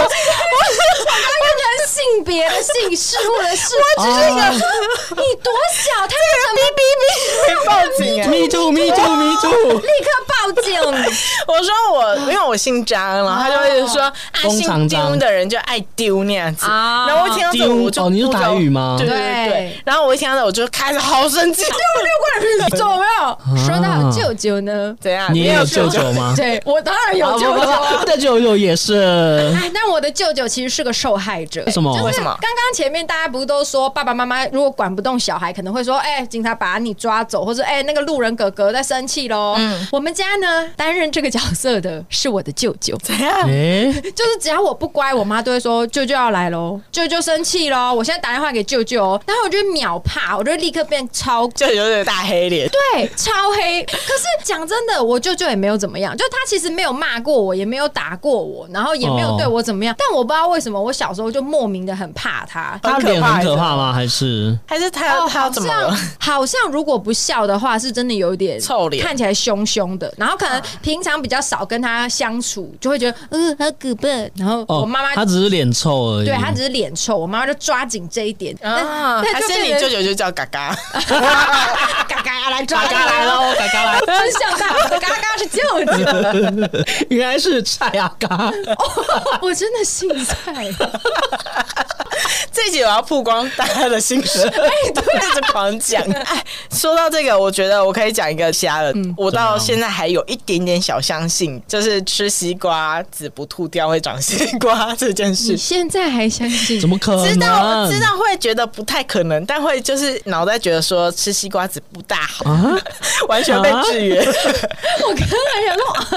Speaker 2: 性别的姓氏或者是，我
Speaker 4: 只是一个
Speaker 2: 你多小，他怎么
Speaker 3: 会报警、啊。
Speaker 4: me too me too me too，
Speaker 2: 立刻报警？
Speaker 3: 我说我，因为我姓张，然后他就会说，
Speaker 2: 哦
Speaker 3: 啊，
Speaker 4: 工
Speaker 3: 姓
Speaker 4: 厂张
Speaker 3: 丢的人就爱丢那样子。
Speaker 2: 啊
Speaker 3: 然后我一听到这个，
Speaker 4: 丢
Speaker 3: 我就
Speaker 4: 哦你是
Speaker 3: 不知
Speaker 4: 台
Speaker 3: 道
Speaker 4: 语吗
Speaker 3: 对对对
Speaker 2: 对
Speaker 3: 对。然后我一听到这个，我就开始好生气。
Speaker 2: 六个人有没有？说到舅舅呢？
Speaker 3: 怎样？
Speaker 4: 你也有舅
Speaker 3: 舅
Speaker 4: 舅吗？
Speaker 2: 对我当然有
Speaker 4: 啊
Speaker 2: 舅
Speaker 4: 不不
Speaker 2: 舅。
Speaker 4: 不我的舅舅也是，
Speaker 2: 哎，但我的舅舅其实是个受害者。
Speaker 4: 为什 么？
Speaker 3: 为
Speaker 2: 就是
Speaker 3: 什么
Speaker 2: 刚刚前面大家不都说爸爸妈妈如果管不动小孩，可能会说：“哎、警察把你抓走，或者哎、那个路人哥哥在生气喽。我们家呢，担任这个角色的是我的舅 舅，
Speaker 3: 怎样？
Speaker 4: 哎，
Speaker 2: 就是只要我不乖，我妈都会说舅舅要来喽，舅舅生气喽，我现在打电话给舅舅哦，然后我就秒怕，我就立刻变超
Speaker 3: 舅舅有点大黑脸。
Speaker 2: 对，超黑。可是讲真的，我舅舅也没有怎么样，就他其实没有骂过我，也没有打过我，然后也没有对我怎么样。但我不知道为什么，我小时候就莫名的很怕他。
Speaker 4: 他脸很可怕吗？还是
Speaker 3: 还是他要、他要
Speaker 2: 哦好
Speaker 3: 怎么啊了
Speaker 2: 像？好像如果不笑的话，是真的有一点
Speaker 3: 臭脸啊
Speaker 2: 看起来凶凶的。然后可能平常比较少跟他相处，就会觉得嗯好可怕。然后
Speaker 4: 哦，
Speaker 2: 我妈妈
Speaker 4: 他嗯只是脸臭而已，
Speaker 2: 对他只是脸臭，我妈妈就抓紧这一点，
Speaker 3: 啊，
Speaker 2: 对
Speaker 3: 还
Speaker 2: 就是变
Speaker 3: 你
Speaker 2: 成
Speaker 3: 舅舅就叫嘎嘎，
Speaker 2: 嘎嘎来抓
Speaker 4: 嘎嘎来
Speaker 2: 了，
Speaker 4: 喽，嘎嘎来，
Speaker 2: 真相大白，嘎嘎是舅舅。
Speaker 4: 原来是蔡阿嘎，
Speaker 2: 我真的姓 蔡，
Speaker 3: 这一集我要曝光大家的心 声，
Speaker 4: 哎 啊
Speaker 3: 一直狂讲。哎，说到这个，我觉得我可以讲一个瞎的，
Speaker 4: 嗯
Speaker 3: 我到现在还有一点点小相信，就是吃西瓜籽不吐掉会长西瓜这件
Speaker 2: 你
Speaker 3: 事。
Speaker 2: 现在还相信？
Speaker 4: 怎么可能？
Speaker 3: 知
Speaker 4: 哦
Speaker 3: 道知道会觉得不太可能，但会就是脑袋觉得说吃西瓜籽不大好，
Speaker 4: 啊？
Speaker 3: 完全被制约，
Speaker 2: 我刚才想说啊，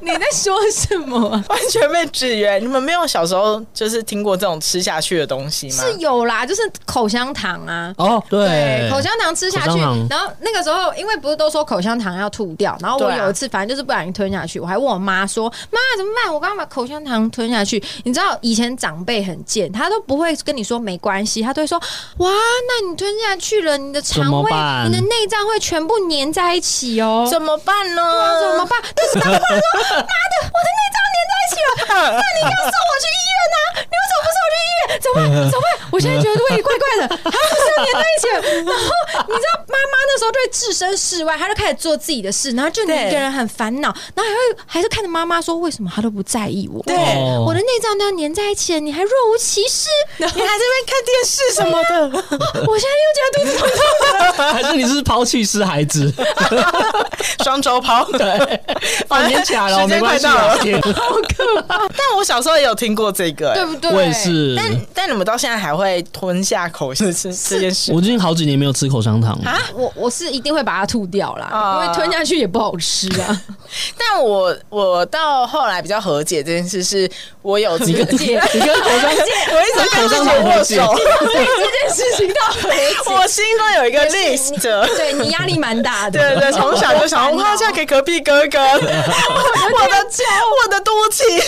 Speaker 2: 你在说什么啊？
Speaker 3: 完全被制约。你们没有小时候就是听过这种吃下去的东西吗？
Speaker 2: 是有啦，就是口香糖啊。
Speaker 4: 哦，对，
Speaker 2: 口香糖吃下
Speaker 4: 口
Speaker 2: 去
Speaker 4: 香糖，
Speaker 2: 然后那个时候，因为不是都说口香糖要吐掉，然后我
Speaker 3: 对啊
Speaker 2: 有一次反正就是不小心吞下去，我还问我妈说：“妈怎么办？我刚刚把口香糖吞下去。”你知道以前长辈很贱，他都不会跟你说没关系，他都会说：“哇，那你吞下去了，你的肠
Speaker 4: 怎么
Speaker 2: 胃、
Speaker 4: 办
Speaker 2: 你的内脏会全部粘在一起哦。”
Speaker 3: 怎么办呢？
Speaker 4: 啊
Speaker 2: 怎
Speaker 3: 呃
Speaker 2: 么办？但是他们说：“妈的，我的内脏粘在一起了，那你应该送我去医院 呐、办？怎么办？我现在觉得胃里怪怪的，还有三年在一起了。然后你知道妈妈那时候就会置身事外，她就开始做自己的事，然后就你一个人很烦恼，然后还会还是看着妈妈说为什么她都不在意我，
Speaker 3: 对
Speaker 4: 哦
Speaker 2: 我的内脏都要粘在一起了，你还若无其事。然后
Speaker 3: 你还在那边看电视什么的，
Speaker 2: 我现在又觉得肚子 痛痛的。
Speaker 4: 还是你哎是抛弃式孩子？
Speaker 3: 双周抛，对，
Speaker 4: 反正起来哦 了，
Speaker 3: 时间
Speaker 4: 没关
Speaker 3: 快
Speaker 4: 系
Speaker 3: 到
Speaker 4: 啊
Speaker 3: 了。。但我小时候也有听过这个、
Speaker 2: 对
Speaker 3: 欸，
Speaker 2: 不 对？
Speaker 4: 我也是，
Speaker 3: 但但你们到现在还会吞下口 香这这件事
Speaker 4: 我最近好几年没有吃口香糖了。
Speaker 2: 我我是一定会把它吐掉啦，
Speaker 3: 啊
Speaker 2: 因为吞下去也不好吃啊。
Speaker 3: 但我我到后来比较和解这件事，是我有你
Speaker 4: 跟
Speaker 3: 解，
Speaker 4: 你跟口香，
Speaker 3: 我一直跟
Speaker 4: 口
Speaker 3: 自
Speaker 4: 香
Speaker 3: 己
Speaker 4: 糖和
Speaker 3: 握
Speaker 4: 解
Speaker 3: 手，
Speaker 2: 对这件事情到和
Speaker 3: 我心中有一个 list 的。
Speaker 2: 对你压力蛮大 的。
Speaker 3: 对 对，从小就想，
Speaker 4: 哦
Speaker 3: 我要嫁给隔壁哥哥，我的我的肚脐，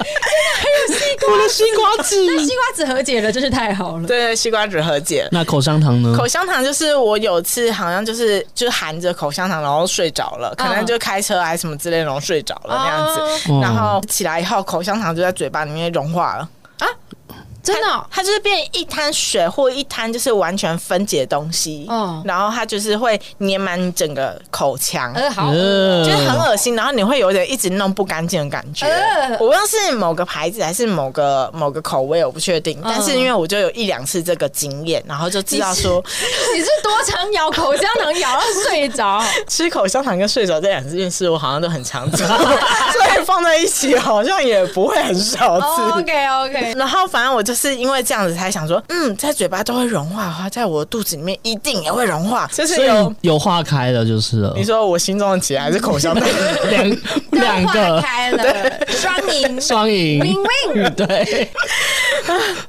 Speaker 4: 我的西瓜
Speaker 2: 那
Speaker 4: 子。
Speaker 2: 西瓜子和解了，真是太好了。
Speaker 3: 对西瓜子和解。
Speaker 4: 那口香
Speaker 2: 嗯
Speaker 4: 糖呢？
Speaker 3: 口香糖就是我有次好像就是就含着口香糖，然后睡着了，可能
Speaker 2: 嗯
Speaker 3: 就开车还啊是什么之类，然后睡着了那样子。
Speaker 4: 哦
Speaker 3: 然后起来以后，口香糖就在嘴巴里面融化了，
Speaker 2: 真的哦
Speaker 3: 它就是变一滩水或一滩就是完全分解的东西。
Speaker 2: 哦
Speaker 3: 然后它就是会粘满你整个口腔。
Speaker 2: 呃，好
Speaker 4: 呃
Speaker 3: 就是很恶心，然后你会有点一直弄不干净的感觉。
Speaker 2: 呃
Speaker 3: 我不知道是某个牌子还是某个某个口味，我不确定。但是因为我就有一两次这个经验，然后就知道说
Speaker 2: 你是多常咬口香糖咬到睡着？
Speaker 3: 吃口香糖跟睡着这两件事，我好像都很常 做，所以放在一起好像也不会很少次。
Speaker 2: OK OK，
Speaker 3: 然后反正我就是因为这样子才想说，嗯，在嘴巴都会融化的话，在我肚子里面一定也会融化。就是
Speaker 4: 所
Speaker 3: 有
Speaker 4: 以有化开了就是了
Speaker 3: 你。说我心中的起来还是口香糖，
Speaker 4: 两两
Speaker 2: 化
Speaker 4: 个
Speaker 2: 开了，双赢
Speaker 4: 双赢
Speaker 2: ，win win。
Speaker 4: 对，好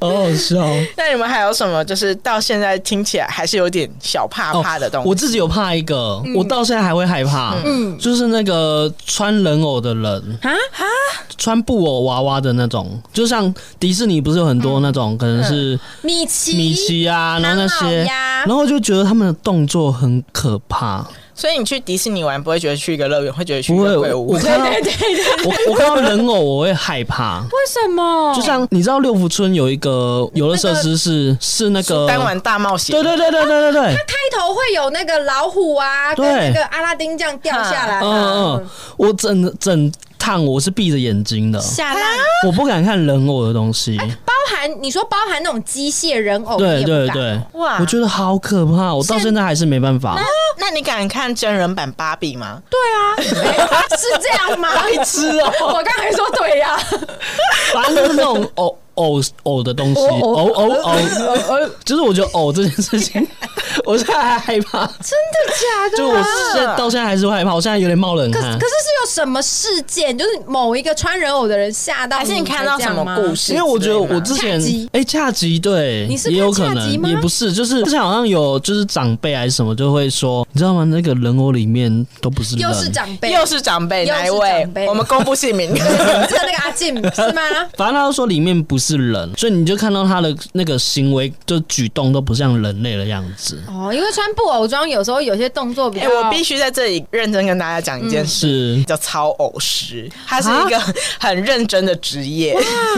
Speaker 4: 好笑哦
Speaker 3: 那你们还有什么？就是到现在听起来还是有点小怕怕的东西。
Speaker 4: 哦我自己有怕一个，
Speaker 3: 嗯
Speaker 4: 我到现在还会害怕，就是那个穿人偶的人，
Speaker 2: 啊啊！
Speaker 4: 穿布偶娃娃的那种，就像迪士尼不是有很多那种，可能是
Speaker 2: 米奇，
Speaker 4: 米奇啊，然后那
Speaker 2: 唐老
Speaker 4: 些，
Speaker 2: 鸭
Speaker 4: 然后就觉得他们的动作很可怕。
Speaker 3: 所以你去迪士尼玩不会觉得去一个乐园，会觉 得去一
Speaker 4: 不会，
Speaker 3: 个鬼
Speaker 4: 我
Speaker 3: 屋
Speaker 4: 我。看到我我看到人偶我会害怕。
Speaker 2: 为什么？
Speaker 4: 就像你知道六福村有一个游乐设施是是那个，
Speaker 3: 单玩大啊冒险，
Speaker 4: 对对对对对对对，
Speaker 2: 开头会有那个老虎啊，跟
Speaker 4: 对
Speaker 2: 那个阿拉丁这样掉下来
Speaker 4: 嗯
Speaker 2: 嘛
Speaker 4: 嗯，，我整整趟我是闭着眼睛的，
Speaker 2: 下烂。
Speaker 4: 我不敢看人偶的东西。
Speaker 2: 包含你说包含那种机械人偶，你
Speaker 4: 对
Speaker 2: 哎也不
Speaker 4: 对
Speaker 2: 敢
Speaker 4: 对，
Speaker 3: 哇
Speaker 4: 我觉得好可怕，我到现在还是没办法。
Speaker 3: 那你敢看真人版芭比吗？
Speaker 2: 对啊，哎是这样吗？
Speaker 4: 痴哦，
Speaker 2: 我刚才说对呀、
Speaker 4: 反正就是那 种偶偶偶的东西，
Speaker 2: 偶
Speaker 4: 偶偶偶，就是我觉得偶这件事 情，我现在还害怕，
Speaker 2: 真的假的、啊？
Speaker 4: 就嗯我现在到现在还是会害怕，我现在有点冒冷
Speaker 2: 可是
Speaker 4: 汗
Speaker 2: 可。是是有什么事件，就是某一个穿人偶的人吓到，
Speaker 3: 还是你看到什么故？事？
Speaker 4: 因为我觉得我之
Speaker 3: 自
Speaker 4: 前
Speaker 2: 恰吉
Speaker 4: 哎恰吉对，
Speaker 2: 你是
Speaker 4: 也有可
Speaker 2: 看恰吉
Speaker 4: 能
Speaker 2: 吗
Speaker 4: 也不是，就是之前好像有就是长辈还是什么就会说，你知道吗？那个人偶里面都不是人，
Speaker 2: 又是长辈，
Speaker 3: 又是长辈
Speaker 2: 又
Speaker 3: 哪
Speaker 2: 是
Speaker 3: 一位
Speaker 2: 长？辈
Speaker 3: 我们公布姓 名。哎
Speaker 2: 是那个阿进是吗？
Speaker 4: 反正他就说里面不是人，所以你就看到他的那个行为就举动都不像人类的样子。
Speaker 2: 哦，因为穿布偶装有时候有些动作比
Speaker 3: 哎，
Speaker 2: 较，
Speaker 3: 我必须在这里认真跟大家讲一件
Speaker 2: 嗯
Speaker 3: 事，
Speaker 4: 是
Speaker 3: 叫操偶师，他是一个 很认真的职业，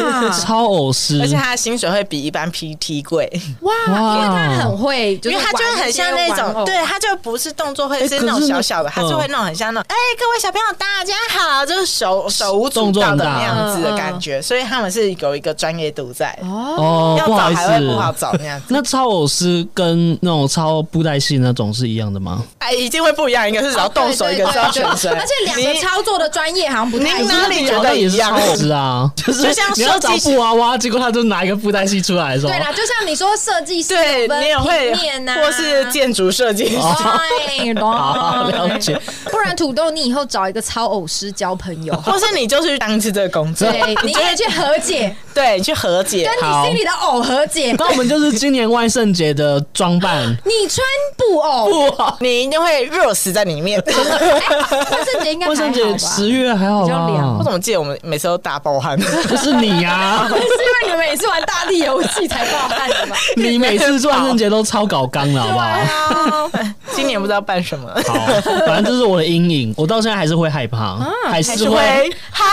Speaker 2: 啊
Speaker 4: 超偶师，
Speaker 3: 而且他的薪水会比一般 PT 贵，
Speaker 2: 哇，因为他很会，
Speaker 3: 因
Speaker 2: 就
Speaker 3: 为
Speaker 2: 是
Speaker 3: 他就是很像那
Speaker 2: 玩一些玩偶
Speaker 3: 种，对，他就不是动作会
Speaker 4: 哎
Speaker 3: 是那
Speaker 4: 可
Speaker 3: 种
Speaker 4: 是那
Speaker 3: 小小的，他
Speaker 4: 嗯
Speaker 3: 是会那种很像那种，哎，各位小朋友大家好，就是手手舞足
Speaker 4: 动作
Speaker 3: 蹈
Speaker 4: 很
Speaker 3: 的
Speaker 4: 大
Speaker 3: 那样子的感
Speaker 2: 嗯
Speaker 3: 觉，所以他们是有一个专业度在，
Speaker 2: 哦，
Speaker 4: 哦，
Speaker 3: 要
Speaker 4: 不好
Speaker 3: 找
Speaker 4: 意
Speaker 3: 还会不好
Speaker 4: 思。
Speaker 3: 找那样子，
Speaker 4: 那超偶师跟那种超布袋戏那种是一样的吗？
Speaker 3: 哎，一定会不一样，一
Speaker 2: 哦
Speaker 3: 个是找动手，一个是要全身，
Speaker 2: 而且两个
Speaker 3: 你
Speaker 2: 操作的专业好像不太一
Speaker 3: 您哪
Speaker 2: 样。
Speaker 3: 里
Speaker 4: 好
Speaker 3: 觉
Speaker 4: 像
Speaker 3: 得
Speaker 4: 也
Speaker 3: 一
Speaker 4: 是
Speaker 3: 样
Speaker 4: 超？偶师啊，就 是
Speaker 3: 就像 啊
Speaker 4: 你要找
Speaker 3: 设计师
Speaker 4: 布娃娃，结果他就拿一个布袋戏出来的时候
Speaker 2: 对，啦，就像你说设计师
Speaker 3: 对
Speaker 2: 有分
Speaker 3: 你也会
Speaker 2: 平面，啊哦呐，
Speaker 3: 或是建筑设计师，，
Speaker 2: 对，
Speaker 4: 好了解。
Speaker 2: 不然土豆，你以后找一个超偶师交朋友
Speaker 3: 或是你就去当一次这个工作，
Speaker 2: 对，你也去和解，
Speaker 3: 对，你去和解
Speaker 2: 跟。你心里的偶和解。，
Speaker 4: 那我们就是今年万圣节的装扮
Speaker 2: 你穿 布偶，
Speaker 4: 哇，
Speaker 3: 你一定会热死在里面。
Speaker 2: 万圣节应该还
Speaker 4: 万
Speaker 2: 好
Speaker 4: 圣节
Speaker 2: 吧？
Speaker 4: 十月还好
Speaker 2: 比较凉
Speaker 3: 我
Speaker 4: 吧
Speaker 3: 怎？么记得我们每次都大爆汗？
Speaker 4: 就是你呀、
Speaker 2: 是因为你们也是玩大地游戏才爆汗的吧？
Speaker 4: 你每次万圣节都超搞纲了，好不好？
Speaker 2: 啊，
Speaker 3: 今今年不知道办什么，
Speaker 4: 好，反正这是我的阴影，我到现在还是会害怕，还
Speaker 3: 啊还
Speaker 4: 是
Speaker 3: 是
Speaker 4: 会
Speaker 3: 会害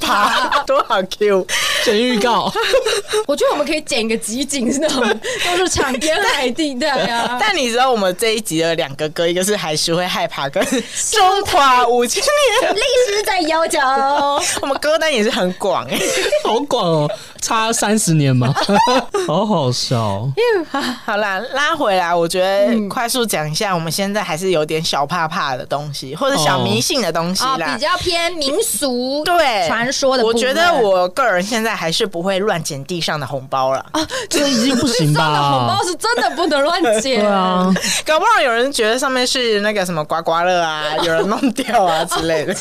Speaker 3: 怕，多好 Q。
Speaker 4: 剪预告。
Speaker 2: 我觉得我们可以剪一个集锦，是 那种都是场边海地带啊。
Speaker 3: 但你知道我们这一集的两个歌，一个是还是会害怕，跟中华五千年，
Speaker 1: 历史在悠久，
Speaker 3: 我们歌单也是很广哎、
Speaker 4: 好广哦，差三十年吗？ 好好笑哦，
Speaker 3: 好啦，拉回来，我觉得快速讲一下，我们现在还是有点小怕怕的东西，或者小迷信的东西
Speaker 2: 啊，
Speaker 3: 啦。
Speaker 2: 比较偏民俗
Speaker 3: 对，
Speaker 2: 传说的部
Speaker 3: 我
Speaker 2: 分。
Speaker 3: 觉得我个人现在还是不会乱捡地上的红包了，
Speaker 4: 这已经不行
Speaker 2: 送的红
Speaker 4: 吧
Speaker 2: 包？是真的不能乱捡。
Speaker 4: 对啊，
Speaker 3: 搞不好有人觉得上面是那个什么刮刮乐 啊，有人弄掉啊之类 的，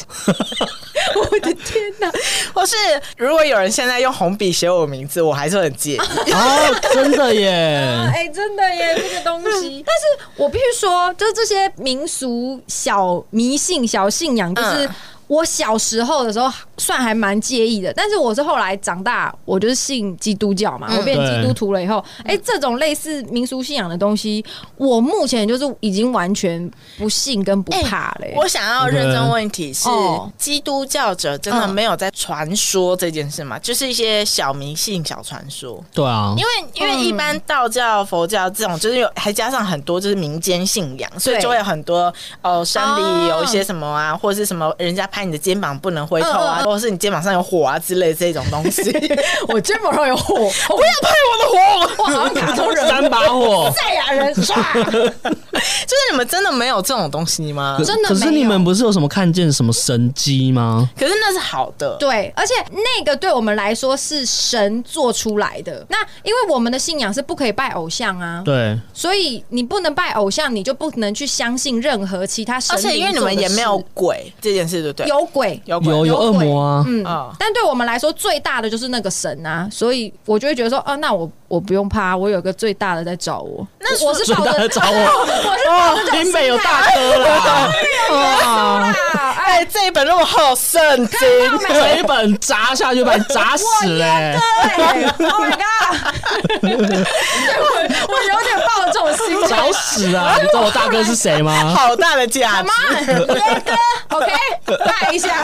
Speaker 2: 我的 天哪！
Speaker 3: 或是如果有人现在用红笔写我名字，我还是很介意。
Speaker 4: 哦，真的耶，
Speaker 2: 哎、真的耶，这个东西。嗯但是我必须说，就是这些民俗小迷信、小信仰，就是。我小时候的时候算还蛮介意的，但是我是后来长大，我就是信基督教嘛，我变基督徒了以后，哎、这种类似民俗信仰的东西，我目前就是已经完全不信跟不怕了耶、
Speaker 3: 我想要认真问题是
Speaker 2: OK 哦，
Speaker 3: 基督教者真的没有在传说这件事吗？就是一些小迷信、小传说。
Speaker 4: 对啊
Speaker 3: 因，为因为一般道教、佛教这种，就是有还加上很多就是民间信仰，所以就会有很多哦，山里有一些什么啊，或者是什么人家拍你的肩膀不能回头啊，
Speaker 2: 嗯嗯嗯
Speaker 3: 或者是你肩膀上有火啊之类的这种东 西。
Speaker 2: 我肩膀上有火，我不要
Speaker 3: 我的火，
Speaker 2: 我好像卡通人
Speaker 4: 三把火。
Speaker 2: 赛亚人，唰
Speaker 3: 就是你们真的没有这种东西吗？
Speaker 4: 可
Speaker 2: 真的
Speaker 4: 可是
Speaker 2: 没
Speaker 4: 你
Speaker 2: 有
Speaker 4: 们不是有什么看见什么神机吗？
Speaker 3: 可是那是好的，
Speaker 2: 对，而且那个对我们来说是神做出来的。那因为我们的信仰是不可以拜偶像啊，
Speaker 4: 对，
Speaker 2: 所以你不能拜偶像，你就不能去相信任何其他神
Speaker 3: 而
Speaker 2: 灵做的
Speaker 3: 且
Speaker 2: 事。
Speaker 3: 因为你们也没有鬼这件事，对不对？
Speaker 2: 有鬼，
Speaker 3: 有鬼
Speaker 4: 有有恶魔啊，
Speaker 2: 嗯，
Speaker 3: 哦
Speaker 2: 但对我们来说最大的就是那个神啊，所以我就会觉得说，啊，那我我不用怕，我有个最大的在找我。
Speaker 3: 那
Speaker 2: 我是
Speaker 4: 最
Speaker 2: 抱
Speaker 4: 大
Speaker 2: 着
Speaker 4: 的找我，
Speaker 2: 我是抱着这种
Speaker 4: 哦林北有
Speaker 2: 心态
Speaker 4: 大哥 啦，啊，
Speaker 2: 啊， 哎，
Speaker 3: 哎，这一本那么厚，圣经，
Speaker 4: 这一本砸下去把你砸死嘞、
Speaker 2: 对，Oh my god！对我我有点抱着这种心情。
Speaker 4: 找死 啊！你知道我大哥是谁吗？
Speaker 3: 好大的架子。
Speaker 2: 雷哥，OK，拜一下，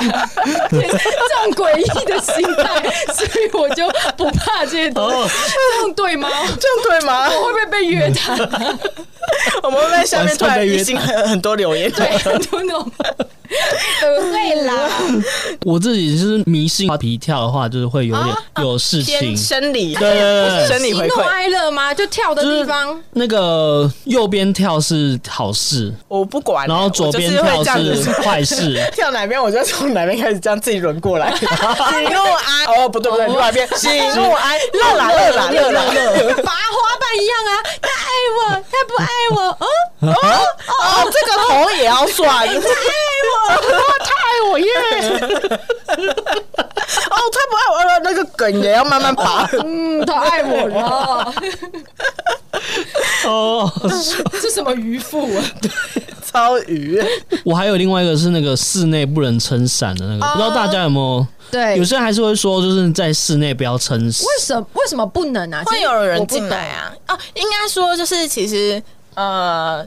Speaker 2: 这种诡异的心态，所以我就不怕这些东
Speaker 4: 哦
Speaker 2: 西，这样对吗？
Speaker 3: 这样对吗？
Speaker 2: 我会不会被约 谈？
Speaker 3: 我们会不会下面突然已经很很多留言，对，
Speaker 2: 对，就哎那种，不会啦，
Speaker 4: 我自己就是迷信皮跳的话，就是会有点有事情
Speaker 3: 偏，生理，
Speaker 4: 对对对
Speaker 3: 生理
Speaker 2: 喜
Speaker 3: 回
Speaker 2: 怒
Speaker 3: 馈，
Speaker 2: 哀乐吗？就跳的
Speaker 4: 就是
Speaker 2: 地方，
Speaker 4: 那个右边跳是好事，
Speaker 3: 我不管，欸
Speaker 4: 然后左边
Speaker 3: 我就是
Speaker 4: 跳
Speaker 3: 会这样子。
Speaker 4: 是坏事
Speaker 3: 跳哪边，我就从哪边开始这样自己轮 过来，喜怒哀，哦，不对不对，另外一边喜怒 哀，乐啦乐啦乐啦乐，
Speaker 2: 拔花瓣一样啊！他爱我，他不爱我，哦，
Speaker 3: 哦，这个头也要算，他爱哎我，他爱我耶，哦，他不爱我，那个梗也要慢慢 拔，
Speaker 2: 嗯，他爱 我了，
Speaker 4: 哦，
Speaker 2: 这什么渔夫啊？
Speaker 3: 超鱼，
Speaker 4: 我还有另外一个是那个室内不能撑伞的那个，不知道大家有没有？
Speaker 2: 对
Speaker 4: 有，些人还是会说，就是在室内不要撑伞。
Speaker 2: 为什么为什么不能啊？
Speaker 3: 会
Speaker 2: 其实
Speaker 3: 有人
Speaker 2: 我不
Speaker 3: 进来啊？啊，应该说就是其实呃，